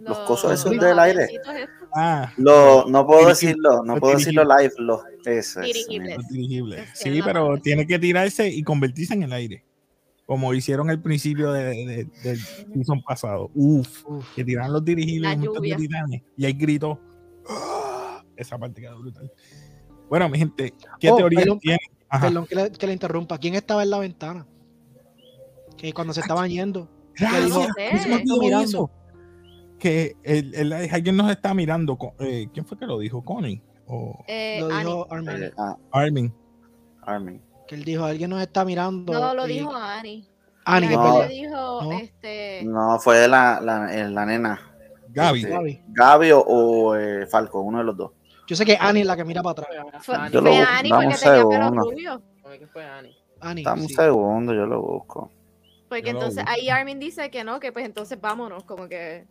S4: Los cosos
S6: esos
S2: los
S4: del aire.
S2: avioncitos esos,
S1: Ah,
S4: Lo- no puedo
S1: Dirigible.
S4: decirlo, no
S1: Los
S4: puedo decirlo live. Los, eso, eso,
S2: Dirigibles.
S4: mira.
S1: los dirigibles.
S2: Es que
S1: Sí,
S2: la
S1: pero
S2: madre.
S1: tiene que tirarse y convertirse en el aire. Como hicieron al principio de, de- del season pasado. Uf,
S6: Uf.
S1: que tiran los dirigibles
S2: La
S1: y un montón de
S2: lluvia.
S1: titanes. Y ahí gritó. ¡Ah! Esa parte queda brutal. Bueno, mi gente, ¿qué
S6: Oh,
S1: teoría
S6: perdón,
S1: tiene? Ajá.
S6: Perdón que le, que le interrumpa. ¿Quién estaba en la ventana? Que cuando
S2: Ah,
S6: se estaban yendo.
S1: Gracias,
S6: dijo,
S2: "Usted
S1: mismo
S2: me
S6: está
S1: todo
S6: mirando".
S1: eso. Que el, el- alguien nos está mirando. co- eh, ¿Quién fue que lo dijo? ¿Connie? ¿O
S2: eh,
S6: Lo
S2: Annie.
S6: dijo Armin.
S4: Eh, ah,
S1: Armin?
S4: Armin.
S6: Que él dijo, alguien nos está mirando.
S2: No, lo
S6: y-
S2: dijo Annie.
S6: Ani,
S2: La
S6: que
S4: No.
S2: que
S6: perdón.
S2: le dijo,
S6: No.
S2: este,
S4: No, fue la, la, eh, la nena.
S1: Gaby.
S4: Este,
S6: Gaby.
S4: Gaby o, o, eh, Falco, uno de los dos.
S6: Yo sé que Ani es la que mira para atrás.
S2: fue,
S3: Ani.
S4: Yo
S2: fue
S4: lo-
S2: Annie
S4: dame
S2: porque
S4: un
S2: tenía pelo
S4: segundo.
S2: rubio.
S3: Para mí que fue Ani.
S6: Ani.
S4: Dame un
S6: sí.
S4: segundo, yo lo busco.
S2: Porque
S1: Yo lo
S2: entonces
S1: busco.
S2: ahí Armin dice que no, que pues entonces vámonos, como que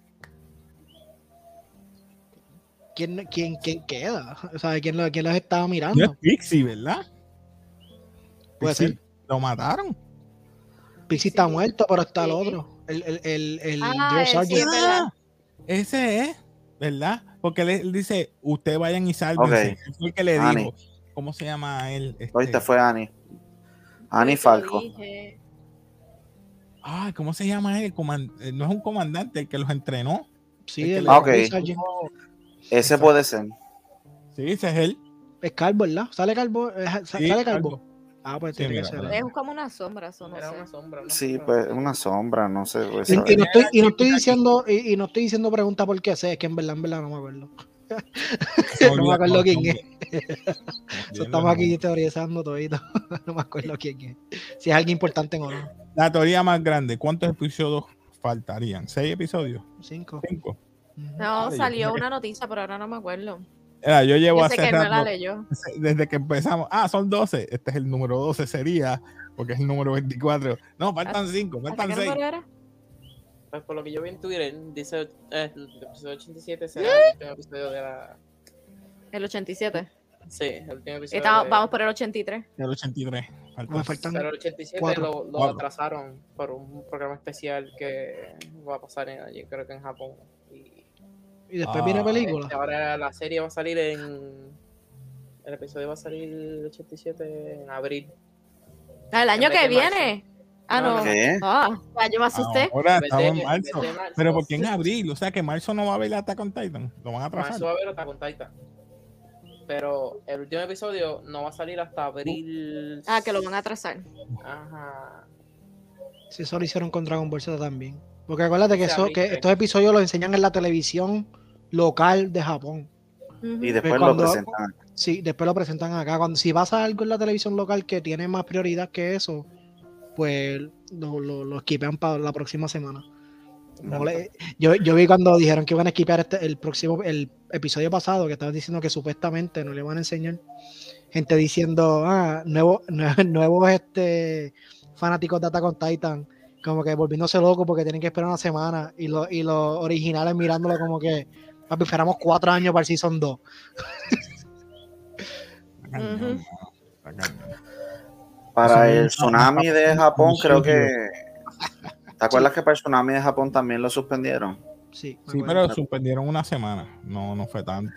S6: ¿Quién, quién, quién queda? O sea, ¿quién, lo- quién los estaba
S1: No es
S6: mirando?
S1: Pixie, ¿verdad?
S6: Puede
S1: Pixie,
S6: ser.
S1: Lo mataron.
S6: Pixie está
S2: Sí.
S6: muerto, pero está el
S2: Sí.
S6: otro. El, el, el, el
S2: Ah,
S6: Drill
S2: el
S6: Sergeant.
S2: sí, es verdad.
S1: Ah, ese es, ¿verdad? Porque él, él dice, ustedes vayan y sálvense. Él Fue el que le dijo.
S4: Ani.
S1: ¿Cómo se llama él? Este,
S4: Ahorita fue Ani.
S2: pues,
S4: Ani
S2: te lo
S4: Falco.
S2: dije.
S1: Ay, ¿cómo se llama él? El coman- eh, no es un comandante el que los entrenó.
S6: Sí, el
S1: Ah,
S4: ok.
S6: Drill Sergeant.
S4: Ese puede ser.
S1: Sí, ese es él.
S6: Es calvo, ¿verdad? Sale calvo. eh, sa-
S1: Sí,
S6: sale calvo.
S1: algo.
S6: Ah, pues
S1: Sí,
S6: tiene
S1: mira,
S6: que ser.
S1: mira.
S2: Es como una sombra, eso no
S3: Era
S2: sé.
S3: una sombra. una
S4: Sí,
S3: sombra.
S4: pues una sombra, no sé. pues,
S6: Y, y no
S4: ¿sabes?
S6: estoy, y no estoy diciendo, y, y no estoy diciendo pregunta por qué sé, es que en verdad, en verdad no me acuerdo. No me acuerdo quién es. So, estamos aquí teorizando todito. No me acuerdo quién es. Si es alguien importante o no.
S1: La teoría más grande, ¿cuántos episodios faltarían? ¿Seis episodios?
S6: Cinco.
S1: ¿Cinco?
S2: No,
S1: Ay, yo
S2: salió
S1: creo que-
S2: una noticia, pero ahora no me acuerdo.
S1: Era, yo llevo
S2: Yo sé
S1: hace
S2: que él no la
S1: rato-
S2: leyó.
S1: desde que empezamos, ah, son 12, este es el número 12 sería, porque es el número 24. No, faltan 5,
S2: ¿Hasta
S1: faltan
S2: qué
S1: 6.
S2: número era?
S3: Pues por lo que yo vi en Twitter, dice eh, el episodio 87 será el último episodio de la.
S2: El 87.
S3: Sí, el último episodio.
S2: Estamos-
S3: de-
S2: vamos por el 83.
S1: El 83. faltan
S6: Me faltan.
S3: Pero el 87
S6: Cuatro.
S3: lo, lo
S1: Cuatro.
S3: atrasaron por un programa especial que va a pasar en, yo creo que en Japón. Y
S6: Y después
S1: Ah.
S6: viene
S3: este,
S6: película.
S3: ahora la serie va a salir en. El episodio va a salir el 87 en abril.
S2: Ah, el año
S3: En vez
S2: que
S3: de marzo.
S2: viene. Ah,
S3: No,
S2: no.
S3: no.
S4: ¿Qué?
S2: Ah, ya yo me asusté.
S1: Ahora
S3: Desde-
S1: Ah, estamos en
S3: desde
S1: marzo.
S3: marzo.
S1: Pero porque en abril, o sea que marzo no va a haber la Attack on Titan, lo van a
S3: Más
S1: atrasar.
S3: va a haber Attack on Titan. Pero el último episodio no va a salir hasta abril.
S2: Ah, que lo van a atrasar.
S3: Ajá.
S6: Sí, eso lo hicieron con Dragon Ball Z también. Porque acuérdate que,
S3: O sea,
S6: eso, que
S3: viste.
S6: estos episodios los enseñan en la televisión local de Japón.
S2: Ujú.
S4: Y después lo
S6: cuando-
S4: presentan.
S6: Sí, después lo presentan acá. Cuando si pasa algo en la televisión local que tiene más prioridad que eso, pues lo, lo, lo esquipean para la próxima semana. No le- yo, yo vi cuando dijeron que iban a esquipear este- el próximo, el episodio pasado, que estaban diciendo que supuestamente no le van a enseñar. Gente diciendo, ah, nuevo- nue- nuevos este, fanáticos de Attack on Titan, como que volviéndose locos porque tienen que esperar una semana. Y, lo- y los originales mirándolo como que, papi, esperamos cuatro años para el Season 2.
S1: Está cañón,
S2: Ujú.
S1: mano, está cañón.
S4: Para
S1: Eso
S4: el
S1: es-
S4: tsunami de Japón, creo que. ¿Te acuerdas
S6: Sí.
S4: que para el tsunami de Japón también lo suspendieron?
S6: Sí, me
S1: Sí,
S6: acuerdo.
S1: pero suspendieron una semana, no, no fue tanto.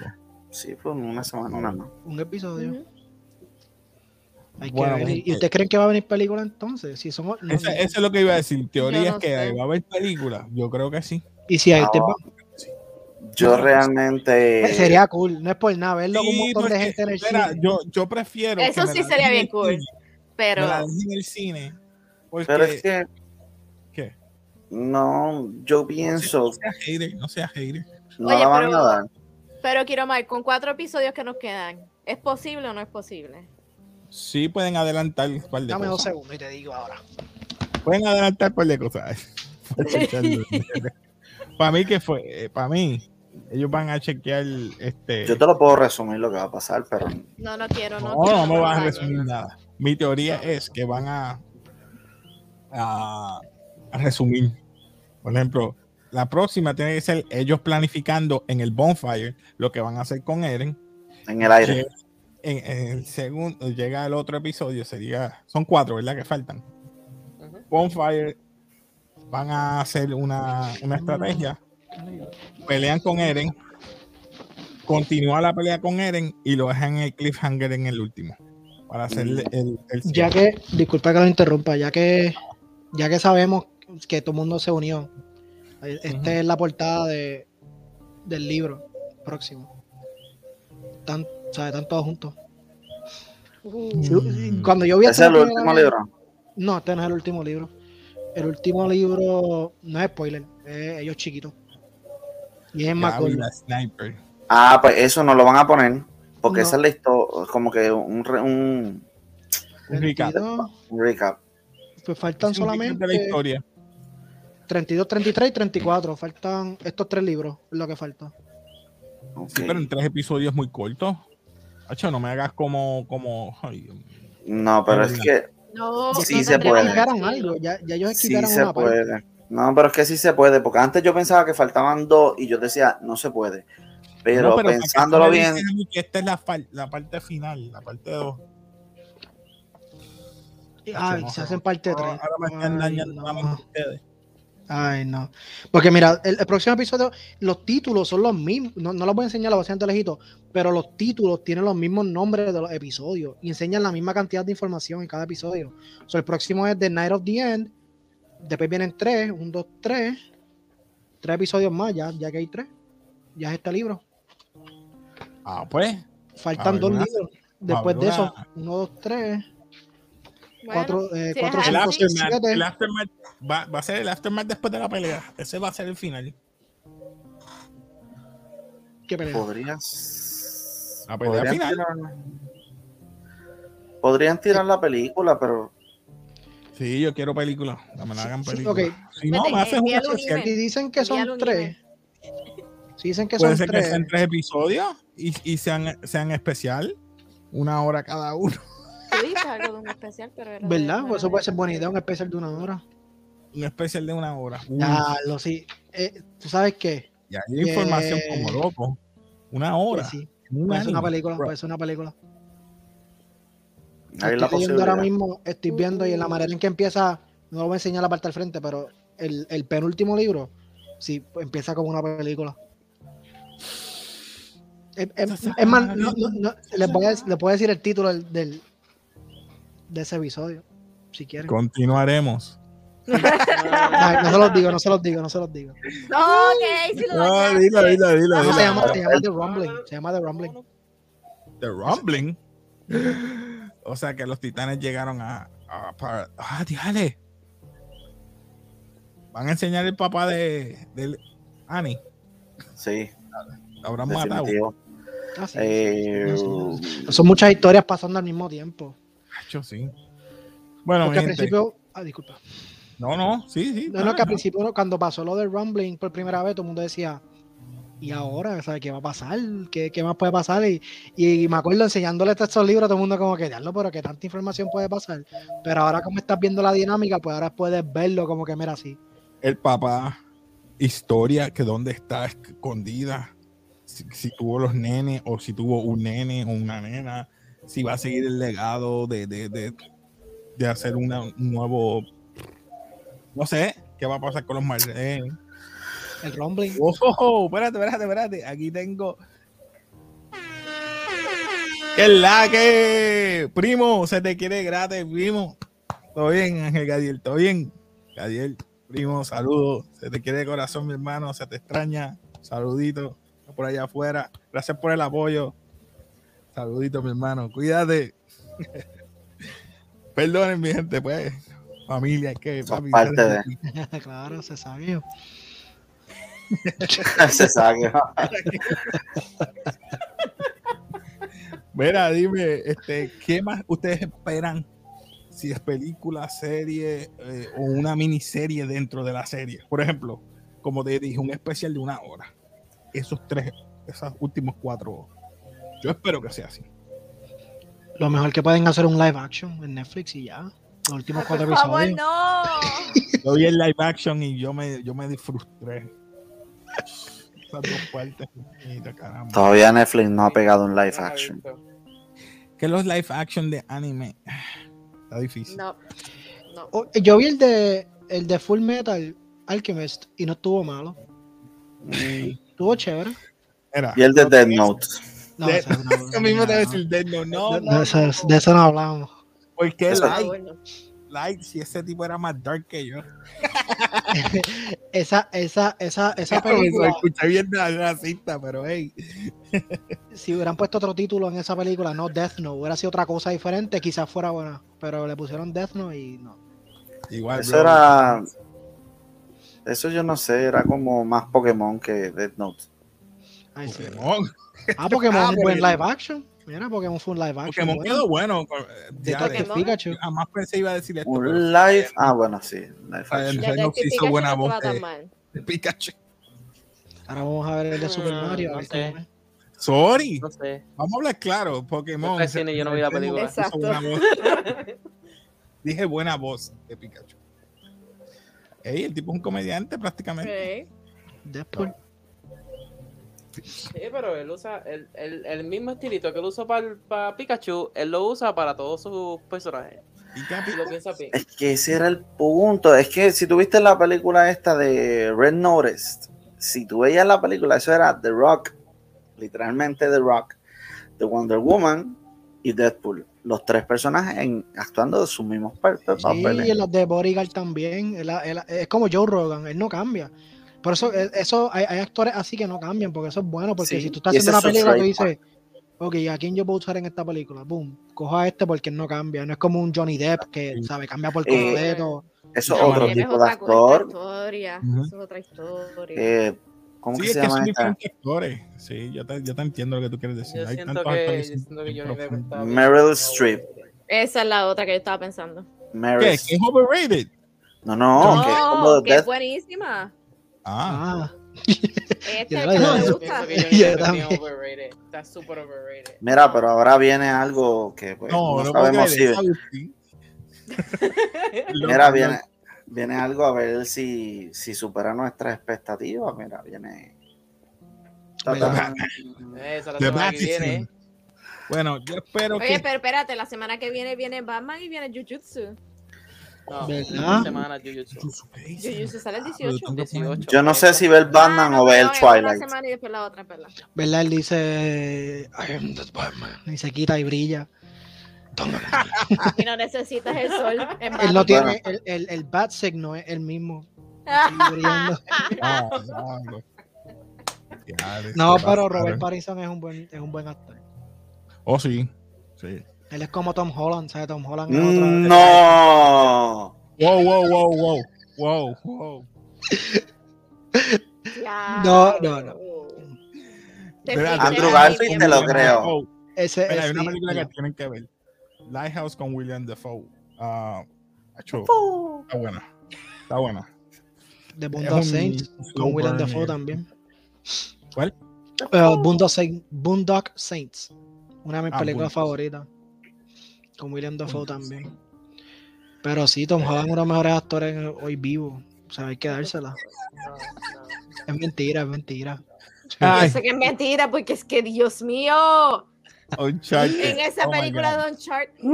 S4: Sí, fue una semana nada más.
S6: un episodio.
S2: Ujú.
S6: Hay que
S1: Bueno,
S6: ver.
S1: gente.
S6: ¿Y ustedes creen que va a venir película entonces? Si somos, no,
S1: Ese-
S6: no.
S1: eso es lo que iba a decir. Teoría
S2: no
S1: es que
S2: sé.
S1: va a haber película. Yo creo que sí.
S6: Y si hay tema-
S4: Yo realmente.
S6: Eh, sería cool, no es por nada, verlo con un
S1: Sí,
S6: montón de
S1: porque,
S6: gente en el
S1: espera,
S6: cine.
S1: Yo, yo prefiero. que
S2: Eso
S1: me
S2: sí
S1: la
S2: sería
S1: den en
S2: bien
S1: el
S2: cool.
S1: cine,
S2: Pero
S1: Me la den en el cine. Porque,
S4: Pero es que.
S1: ¿Qué?
S4: No, yo pienso.
S1: No seas hater, no seas hater.
S4: No
S2: Oye,
S4: la van
S2: pero-
S4: a dar.
S2: Pero quiero Mike, con cuatro episodios que nos quedan, ¿es posible o no es posible?
S1: Sí, pueden adelantar un par de
S6: Dame dos
S1: cosas.
S6: segundos y te digo ahora.
S1: Pueden adelantar un par de cosas. para mí, que fue? eh, Para mí, ellos van a chequear. este
S4: Yo te lo puedo resumir lo que va a pasar, pero.
S2: No, no quiero, no.
S1: No,
S2: quiero,
S1: no me vas a
S2: quiero.
S1: resumir nada. Mi teoría es que van a, a, a resumir. Por ejemplo, La próxima tiene que ser ellos planificando en el bonfire lo que van a hacer con Eren.
S4: en el aire.
S1: En, en el segundo, llega el otro episodio, sería. Son cuatro, ¿verdad? Que faltan.
S3: Ujú.
S1: Bonfire van a hacer una, una estrategia. Pelean con Eren. Continúa la pelea con Eren y lo dejan en el cliffhanger en el último. Para hacer el, el- el
S6: Ya
S1: cierre.
S6: que, disculpa que lo interrumpa, ya que, ya que sabemos que todo el mundo se unió, eh, esta
S1: Ujú.
S6: es la portada de, del libro próximo. Están, o sea, están todos juntos.
S2: Uh,
S6: Yo-
S1: Mm.
S6: Cuando yo vi
S4: Ese
S6: esta
S4: es el
S6: la primera
S4: último
S6: vez-
S4: libro.
S6: No, este no es el último libro. El último libro no es spoiler, es ellos chiquitos. Y es más
S1: Gaby
S6: corto.
S1: la sniper.
S4: Ah, pues eso no lo van a poner. Porque
S6: No.
S4: esa es la histo- como que un, re- un,
S1: Un recap.
S6: 22,
S4: un recap.
S6: Pues faltan
S1: Es un recap de la
S6: solamente
S1: historia.
S6: 32, 33 y 34. Faltan estos tres libros, es lo que falta.
S4: Ok.
S1: Sí, pero en tres episodios muy cortos. Hacho, no me hagas como. como ay, Dios mío.
S4: No, pero es que
S2: no,
S4: Sí
S2: no
S4: se
S2: tendremos
S4: puede.
S2: que
S6: Quitaron
S2: decirlo.
S6: algo, ya, ya ellos
S4: sí
S6: quitaron
S4: se
S6: una parte.
S4: puede. No, pero es que sí se puede. Porque antes yo pensaba que faltaban dos y yo decía, no se puede. Pero,
S1: No, para que tú
S4: pensándolo
S1: me
S4: bien,
S1: dices a mí que esta es la, fal- la parte final, la parte 2.
S6: Ay,
S1: Hacho, no,
S6: Ah, se hacen parte 3.
S1: Ahora me están dañando nada más ustedes.
S6: Ay, no. Porque mira, el, el próximo episodio, los títulos son los mismos. No, no los voy a enseñar, los voy a enseñar lejito. Pero los títulos tienen los mismos nombres de los episodios y enseñan la misma cantidad de información en cada episodio. So, el próximo es The Night of the End. Después vienen tres, un, dos, tres. Tres episodios más, ya, ya que hay tres. Ya es este libro.
S1: Ah, pues.
S6: Faltan
S1: Pablo,
S6: dos
S1: una-
S6: libros. Después de
S1: Pablo,
S6: eso,
S1: una-
S6: uno, dos, tres,
S2: Bueno,
S6: cuatro, eh,
S2: sí,
S6: cuatro,
S2: es
S1: El
S6: cinco,
S2: así.
S6: seis,
S1: aftermath,
S6: siete.
S1: el aftermath va, va a ser el aftermath después de la pelea. Ese va a ser el final.
S6: ¿Qué pelea?
S4: podrías.
S1: La pelea
S4: podrían
S1: final.
S4: tirar- podrían tirar la película, pero
S1: Sí, yo quiero película. No me la hagan
S6: Sí,
S1: película.
S6: ok.
S1: Si no,
S2: Vete,
S1: me haces una
S2: envíalo un
S1: especial.
S6: Si dicen que
S2: Envíalo
S6: son
S2: un
S6: tres.
S2: email.
S6: Si dicen que
S1: Puede
S6: son
S1: ser que
S6: tres.
S1: sean tres episodios y, y sean, sean especial. Una hora cada uno.
S2: Tú dices algo de un especial, pero era de-
S6: ¿Verdad?
S2: no
S6: Pues
S2: era
S6: eso
S2: de-
S6: puede ser buena idea, un especial de una hora.
S1: Mm. Un especial de una hora. Uy,
S6: Ya, lo sí. Eh, ¿Tú sabes qué?
S1: y ahí hay información como loco. Una hora.
S6: Pues sí,
S1: un
S6: puede ser una
S1: anime,
S6: película,
S1: bro.
S6: puede ser una película.
S4: hay la
S6: estoy viendo
S4: posibilidad.
S6: ahora mismo, estoy viendo y en la
S2: Uh.
S6: manera en que empieza, no lo voy a enseñar la parte al frente, pero el, el penúltimo libro, sí, empieza como una película. Es, es- es más, no- no- no, les, voy a, les voy a decir el título del, del- de ese episodio, si quieren.
S1: Continuaremos.
S6: Ay, no se los digo, no se los digo, no se los digo.
S2: No, que si lo
S1: Ah,
S2: dañaste.
S1: dila, dila, dila,
S6: No,
S1: dila.
S6: se, llama, se llama The
S3: No, no,
S6: Rumbling.
S3: no.
S6: Se llama The Rumbling.
S1: The Rumbling. O sea que los titanes llegaron a. a para- ¡Ah, díjale! Van a enseñar el papá de. de Annie.
S4: Sí,
S1: Lo habrán matado.
S4: definitivo.
S6: Ah, sí,
S4: Eh, uh,
S6: sí, sí, sí. Son muchas historias pasando al mismo tiempo.
S1: Cacho, sí. Bueno, mi
S6: Porque al
S1: gente.
S6: principio. Ah, disculpa.
S1: No, no, sí, sí.
S6: No, no, que al principio uno, cuando pasó lo del Rumbling por primera vez, todo el mundo decía, ¿y ahora? ¿Sabes qué va a pasar? ¿Qué, qué más puede pasar? Y, y me acuerdo enseñándole estos libros, todo el mundo como que, diablo, pero que tanta información puede pasar. Pero ahora como estás viendo la dinámica, pues ahora puedes verlo como que, mira, así.
S1: El papá. Historia que dónde está escondida. Si, si tuvo los nenes o si tuvo un nene o una nena. Si va a seguir el legado de, de, de, de hacer una- un nuevo. No sé qué va a pasar con los Marlene.
S6: El Rumbling.
S1: Ojo, espérate, espérate, espérate. Aquí tengo. ¡Qué la que! Primo, se te quiere gratis, primo. Todo bien, Ángel Gadiel, todo bien. Gadiel, primo, saludos. Se te quiere de corazón, mi hermano, se te extraña. Saludito por allá afuera. Gracias por el apoyo. Saludito, mi hermano. Cuídate. Perdonen, mi gente, pues. Familia, es que
S4: Son
S1: papi,
S4: parte de.
S6: claro, se sabía.
S4: se sabe.
S1: Mira, dime, este, ¿qué más ustedes esperan? Si es película, serie eh, o una miniserie dentro de la serie. Por ejemplo, como te dije, un especial de una hora. Esos tres, esos últimos cuatro. Yo espero que sea así.
S6: Lo mejor que pueden hacer es un live action en Netflix y ya. Los últimos
S2: Ay,
S6: cuatro
S2: Por Ah, favor,
S6: episodios.
S2: no.
S1: Yo vi el live action y yo me, yo me frustré. Esas dos partes. Mira, caramba.
S4: Todavía Netflix no ha pegado un live action.
S1: Que los live action de anime. ah, Está difícil.
S2: No. No.
S6: O- Oh, Yo vi el de, el de Full Metal Alchemist y no estuvo malo.
S1: Mm.
S6: Estuvo chévere.
S1: Era.
S4: Y el de
S1: No,
S4: Dead
S1: es-
S4: Note.
S6: No,
S1: De-
S6: esa no hablamos,
S1: Eso mismo te voy a
S6: no.
S1: decir, Dead Note. No, no,
S6: De- de
S1: no.
S6: esas- de eso no hablamos.
S1: ¿Por qué
S4: Eso-
S2: Ah,
S1: Light?
S2: bueno.
S1: Light, si ese tipo era más dark que yo.
S6: Esa, esa, esa, esa
S1: Eso,
S6: película,
S1: escuché bien racista, pero hey.
S6: si hubieran puesto otro título en esa película, no Death Note, hubiera sido otra cosa diferente, quizás fuera buena, pero le pusieron Death Note y no.
S1: Igual,
S4: Eso
S1: bro.
S4: era. Eso yo no sé, era como más Pokémon que Death Note.
S6: Ay, sí.
S1: Pokémon.
S6: Ah, Pokémon
S1: Ah,
S6: es un buen
S1: Pokémon.
S6: live action. Mira, Pokémon fue un live action.
S1: Pokémon
S6: Ah, bueno.
S1: quedó bueno. eh,
S6: De
S1: ya de-
S6: Detective
S2: Pokémon.
S6: Pikachu.
S1: Jamás pensé iba a decir esto. pero-
S4: Un live. Ah, bueno, sí. Live
S1: Ah,
S4: action.
S1: el- Entonces no
S2: Detective
S1: se hizo
S2: Pikachu
S1: buena
S2: no estaba
S1: voz
S2: tan
S1: de-
S2: mal.
S1: de Pikachu.
S6: Ahora vamos a
S4: Ah,
S6: ver el de Super
S3: Mm,
S6: Mario. a
S3: no
S6: ver cómo
S3: sé.
S6: es.
S1: Sorry,
S3: No sé.
S1: vamos a hablar claro. Pokémon.
S3: Yo fui al cine y yo no vi la película.
S1: Puso
S2: Exacto.
S1: buena voz. Dije buena voz de Pikachu. Ey, el tipo es un comediante prácticamente.
S2: Ok.
S6: Después.
S3: Sí, pero él usa el, el, el mismo estilito que él usó para Pikachu, él lo usa para todos sus personajes.
S1: Pica,
S3: Si
S1: pica.
S3: lo piensa bien.
S4: Es que ese era el punto. Es que si tuviste la película esta de Red Notice, si tú veías la película, eso era The Rock, literalmente The Rock, The Wonder Woman y Deadpool. Los tres personajes en- actuando de sus mismos pa- pa-
S6: Sí,
S4: papeles.
S6: y en las de Borigal también. él- él- es como Joe Rogan, él no cambia. Por eso, eh, eso hay, hay actores así que no cambian, porque eso es bueno, porque
S4: Sí,
S6: si tú estás
S4: y ese
S6: haciendo una
S4: es su
S6: película, tú dices,
S4: trademark.
S6: ok, ¿a quién yo puedo usar en esta película? Boom, cojo a este porque él no cambia. No es como un Johnny Depp que, ¿sabe? Cambia por
S4: Eh,
S6: completo.
S4: Eso es
S1: No,
S4: otro
S1: él
S2: Tienes
S4: tipo de
S2: otra cosa,
S4: actor.
S2: historia.
S1: Ujú.
S2: Eso es otra historia.
S4: eh, ¿Cómo
S1: Sí,
S4: que
S1: es
S4: se
S1: que son
S4: llama esta?
S1: diferentes actores. Sí, yo te, yo te entiendo lo que tú quieres decir.
S3: Yo
S1: Hay
S3: siento,
S1: tantos
S3: que, yo
S1: actores que son
S3: siento que
S1: bien
S3: Johnny Depp
S1: profundos.
S3: está bien.
S4: Meryl Streep.
S2: Esa es la otra que yo estaba pensando.
S4: Mary-
S1: ¿Qué? ¿Que es overrated?
S4: No, no,
S2: No,
S4: que es como
S2: que es
S4: Death-
S2: ¡Oh, buenísima.
S1: Ah,
S6: Ah,
S2: Esta
S6: Ya
S2: es la
S6: la
S2: que
S6: dije.
S2: me
S3: Yo
S2: gusta.
S3: pienso que Johnny
S6: Yo
S3: Depp es bien
S6: también.
S3: overrated. Está súper overrated.
S4: Mira, pero ahora viene algo que pues,
S1: no,
S4: no,
S1: no, puedo
S4: sabemos si.
S1: creer, Agustín.
S4: Mira, viene, viene algo a ver si, si supera nuestras expectativas. Mira, viene. Ta- ta-
S6: ¿verdad?
S3: Esa la
S1: The
S3: semana
S1: Batman.
S3: que viene.
S1: Bueno, yo espero
S2: Oye,
S1: que
S2: pero espérate, la semana que viene viene Batman y viene Jujutsu.
S3: No,
S6: ¿Verdad?
S3: esta semana Jujutsu.
S2: Jujutsu sale
S1: Pero
S2: el
S6: Ah,
S2: 18.
S1: tengo que poner-
S3: 18.
S4: Yo no sé si ver Batman
S2: Ah, no,
S4: o ver el
S2: no, es Una
S4: Twilight.
S2: semana y después la otra, perla.
S6: ¿verdad? Él dice, I am the Batman. Y se quita y brilla.
S2: Y no necesitas el sol. En
S6: Él no
S2: Batman.
S6: tiene, el, el, el bat signo es el mismo. así brillando.
S1: Ah, diablo. Diablo,
S6: No,
S1: se
S6: pero
S1: pasaron.
S6: Robert Pattinson es un buen, es un buen actor.
S1: Oh, sí. Sí.
S6: Él es como Tom Holland, ¿sabes? Tom Holland es otra-
S4: Mm, No.
S1: Wow, wow, wow, wow. Wow, wow.
S6: No,
S2: Diablo.
S6: no, no.
S1: Espérate.
S2: Te fuiste
S4: Andrew
S2: ahí
S4: Garfield
S2: bien
S4: te lo
S2: brutal.
S4: creo.
S1: Wow.
S6: Ese,
S1: Espera, hay
S6: ese-
S1: una película que
S6: mira,
S1: tienen que ver. Lighthouse con William Defoe. Ah, acho, está buena. Está buena.
S6: de
S1: Es
S6: Boondock
S1: un
S6: Saints con
S1: slow
S6: Willem
S1: burn,
S6: Dafoe
S1: eh.
S6: también.
S1: ¿Cuál?
S6: Eh, Boondock, Saints, Boondock Saints, una de mis
S1: Ah, Boondock.
S6: películas favoritas. Con William Dafoe
S1: Boondock
S6: también. Pero sí, Tom Holland es uno de los mejores actores en- hoy vivo. O sea, hay que dársela.
S3: No, no.
S6: Es mentira, es mentira.
S1: Ay,
S2: Yo sé que es mentira, porque es que, Dios mío,
S1: Uncharted.
S2: en esa
S1: Oh my
S2: película
S1: God.
S2: de Uncharted,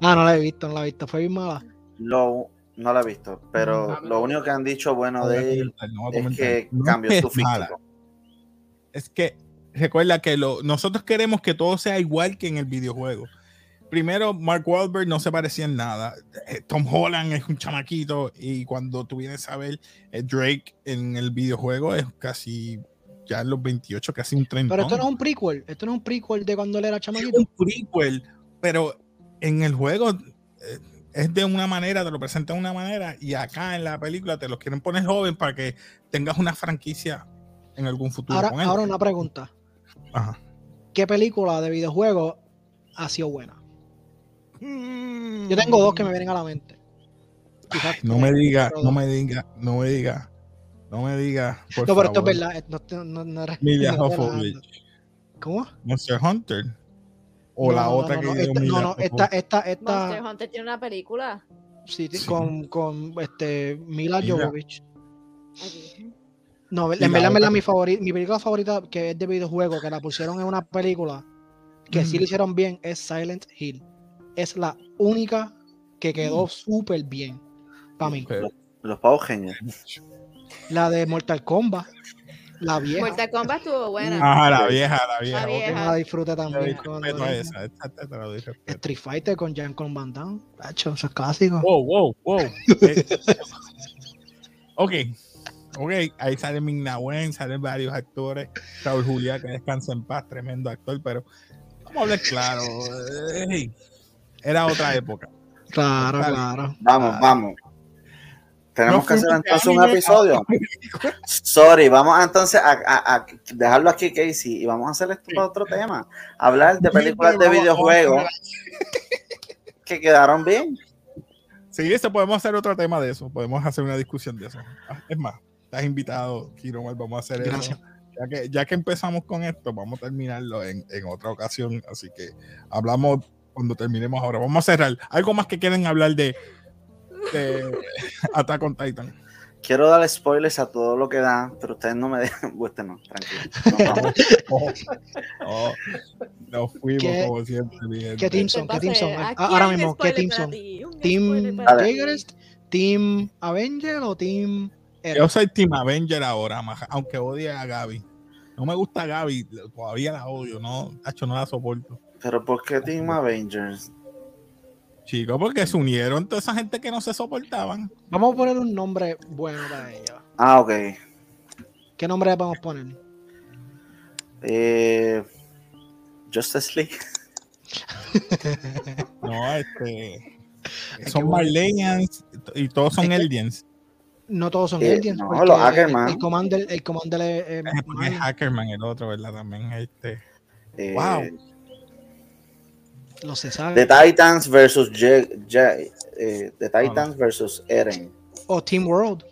S6: Ah, no la he visto, no la he visto. Fue bien mala.
S4: Lo, no la he visto, pero
S3: Ah,
S1: Mm,
S4: lo único que han dicho bueno
S1: voy a
S4: de él
S1: comentar, no voy a
S4: es
S1: comentar.
S4: que
S1: No
S4: cambió
S1: es
S4: su
S1: mala.
S4: físico.
S1: es que recuerda que lo- nosotros queremos que todo sea igual que en el videojuego. Primero, Mark Wahlberg no se parecía en nada. Eh, Tom Holland es un chamaquito y cuando tú vienes a ver eh, Drake en el videojuego es casi ya en los 28, casi un 30.
S6: Pero esto no es un prequel. Esto no es un prequel de cuando él era chamaquito.
S1: un prequel, pero en el juego eh, es de una manera, te lo presentan de una manera y acá en la película te los quieren poner joven para que tengas una franquicia en algún futuro
S6: Ahora,
S1: con él.
S6: ahora una pregunta.
S1: Ajá.
S6: ¿Qué película de videojuego ha sido buena?
S2: Mm.
S6: Yo tengo dos que me vienen a la mente. Quizás
S1: No
S6: tres,
S1: me diga,
S6: pero
S1: no
S6: dos.
S1: me diga, no me diga, no me diga. Por
S6: No, pero esto es
S1: favor.
S6: verdad. eh, No, no, no, no, no-
S1: Mila
S6: no-
S1: Jovovich,
S6: ¿Cómo?
S1: Monster Hunter. O
S6: No,
S1: la
S6: no, no,
S1: otra
S6: no, este,
S1: que
S6: no,
S1: dio
S6: esta,
S1: Mila
S6: No, no, esta,
S1: Jovovich.
S6: esta,
S2: Monster
S6: esta,
S2: Hunter tiene una película.
S6: sí,
S1: Sí.
S6: con, con este, Mila
S1: Mila.
S6: Jovovich.
S2: Aquí.
S6: No,
S1: la
S6: en verdad, en
S1: otra-
S6: verdad, mi, favori- mi película favorita que es de videojuego, que la pusieron en una película que sí
S1: Mm.
S6: le hicieron bien, es Silent Hill. Es la única que
S1: Mm.
S6: quedó súper bien para mí.
S4: Los pavos genios.
S6: La de Mortal Kombat, la vieja,
S2: Mortal Kombat estuvo buena.
S1: Ah, la vieja, la
S2: La
S1: vieja. ok.
S2: vieja.
S6: la disfruté
S1: Yo doy
S6: también. cuando
S1: respeto a
S6: era-
S1: esa, esta- esta te la doy respeto.
S6: Street Fighter con Jean-Claude Van Damme. Hacho, eso es clásico.
S1: Wow, wow, wow. Eh, ok, ok. Ahí sale Mignawen, salen varios actores. Raúl Juliá, que descansa en paz, tremendo actor, pero vamos a hablar claro. eh, era otra época.
S6: Claro,
S1: Está bien.
S6: claro.
S4: Vamos, vamos. Tenemos
S1: No
S4: que hacer
S1: fuimos
S4: entonces
S1: de
S4: un
S1: anime a-
S4: episodio. Sorry, vamos a, entonces a, a- a dejarlo aquí, Casey, y vamos a hacer esto para otro tema. Hablar de películas de
S1: Vamos,
S4: videojuegos
S1: vamos
S4: que quedaron bien.
S1: Sí, eso podemos hacer otro tema de eso. Podemos hacer una discusión de eso. Ah, Es más, estás invitado, Kiro, vamos a hacer
S6: Gracias.
S1: eso. Ya que, ya que empezamos con esto, vamos a terminarlo en, en otra ocasión. Así que hablamos cuando terminemos ahora. Vamos a cerrar. Algo más que quieren hablar de, de Attack on Titan.
S4: Quiero dar spoilers a todo lo que da, pero ustedes no me dejan. Ustedes no, tranquilo. Nos vamos.
S1: Oh, oh, nos fuimos
S6: ¿Qué-
S1: como siempre. mi gente.
S6: ¿Qué team son? ¿Qué team son?
S2: Entonces,
S6: Ah,
S2: aquí
S6: Ahora
S2: hay un
S6: mismo, ¿qué
S2: spoiler
S6: team
S2: para
S6: son?
S2: ti, un spoiler
S6: ¿Team
S2: para ti.
S6: Tigrest? ¿Team Avenger o Team
S1: Yo soy Team Avenger ahora, maja, aunque odie a Gaby. No me gusta Gaby, todavía la odio, no, Tacho, no la soporto.
S4: Pero ¿por qué Team Avengers?
S1: Chicos, porque se unieron toda esa gente que no se soportaban.
S6: Vamos a poner un nombre bueno para ella.
S4: Ah, ok.
S6: ¿Qué nombre le podemos poner?
S4: Eh, Justice League.
S1: No, este.
S6: que
S1: Son
S6: bueno.
S1: Marlenians y todos son
S6: Es que-
S1: Eldians.
S6: No todos son
S4: Eh,
S6: Indians.
S4: no,
S6: porque
S4: los Ackerman.
S6: El commander, el commander es, eh,
S1: Es
S6: Marlin.
S1: Hackerman, el otro, ¿verdad? También este.
S4: Eh,
S1: Wow.
S6: no se sabe.
S4: The Titans versus Je- Je- eh, The Titans versus Eren.
S6: O Team World.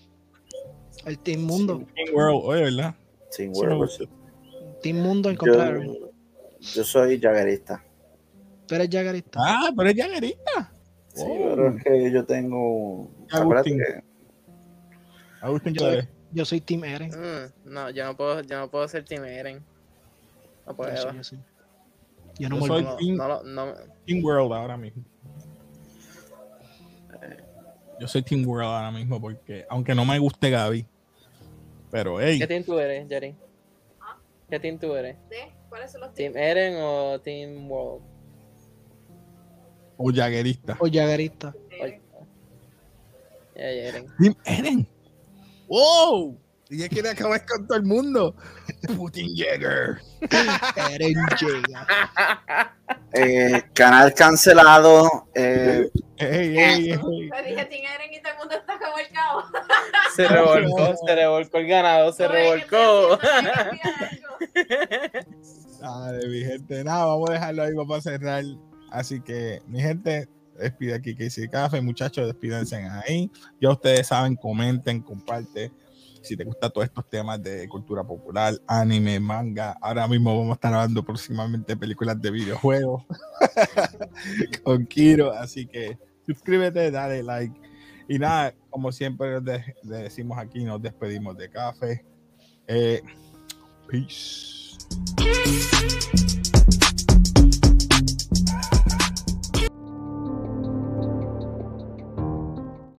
S6: El Team Mundo.
S1: King World, oye, ¿verdad?
S4: Team
S1: Sí, me
S4: World
S1: gusta.
S6: Team Mundo en contra de Iron Man.
S4: Yo, yo soy jaguerista.
S6: Tú eres Jaggerista.
S1: Ah, pero es Jaggerita.
S4: Sí,
S1: Wow.
S4: pero es que yo tengo. Acuérdate
S1: Agustín.
S4: que-
S1: Agustín
S6: Yo-
S1: Clave.
S6: Yo soy Team Eren.
S3: Mm, no, yo no puedo, yo no puedo ser Team Eren. No puedo.
S6: Yo, soy, yo, soy. Yo no
S1: Yo
S6: me
S1: soy-
S6: olvido.
S3: No,
S1: Team-
S3: no, lo- no-
S1: Team World ahora mismo. Yo soy Team World ahora mismo porque, aunque no me guste Gaby, pero hey,
S3: ¿Qué team tú eres, Jerry? ¿Qué team tú eres?
S2: ¿De? ¿Cuáles son los teams?
S3: ¿Team Eren o Team World?
S1: o Jaggerista.
S6: O Jaggerista.
S3: Oye. Ya, Eren.
S1: Team Eren. ¡Wow! Y ya quiere acabar con todo el mundo. Putin Jagger.
S6: Eren llega.
S4: eh, canal cancelado. eh,
S1: Ey, ey, ey.
S2: Te dije Team Eren y todo el mundo está revolcado.
S3: Se revolcó, se revolcó el ganado, se
S2: No, es que
S3: revolcó.
S2: estoy haciendo- estoy haciendo algo.
S1: Dale, mi gente. Nada, vamos a dejarlo ahí para cerrar. Así que, mi gente, despide aquí que hice café. Muchachos, despídense ahí. Ya ustedes saben, comenten, comparten. Si te gustan todos estos temas de cultura popular, anime, manga, ahora mismo vamos a estar hablando próximamente de películas de videojuegos con Kiro. Así que suscríbete, dale like. Y nada, como siempre le decimos aquí, nos despedimos de café. Eh, peace.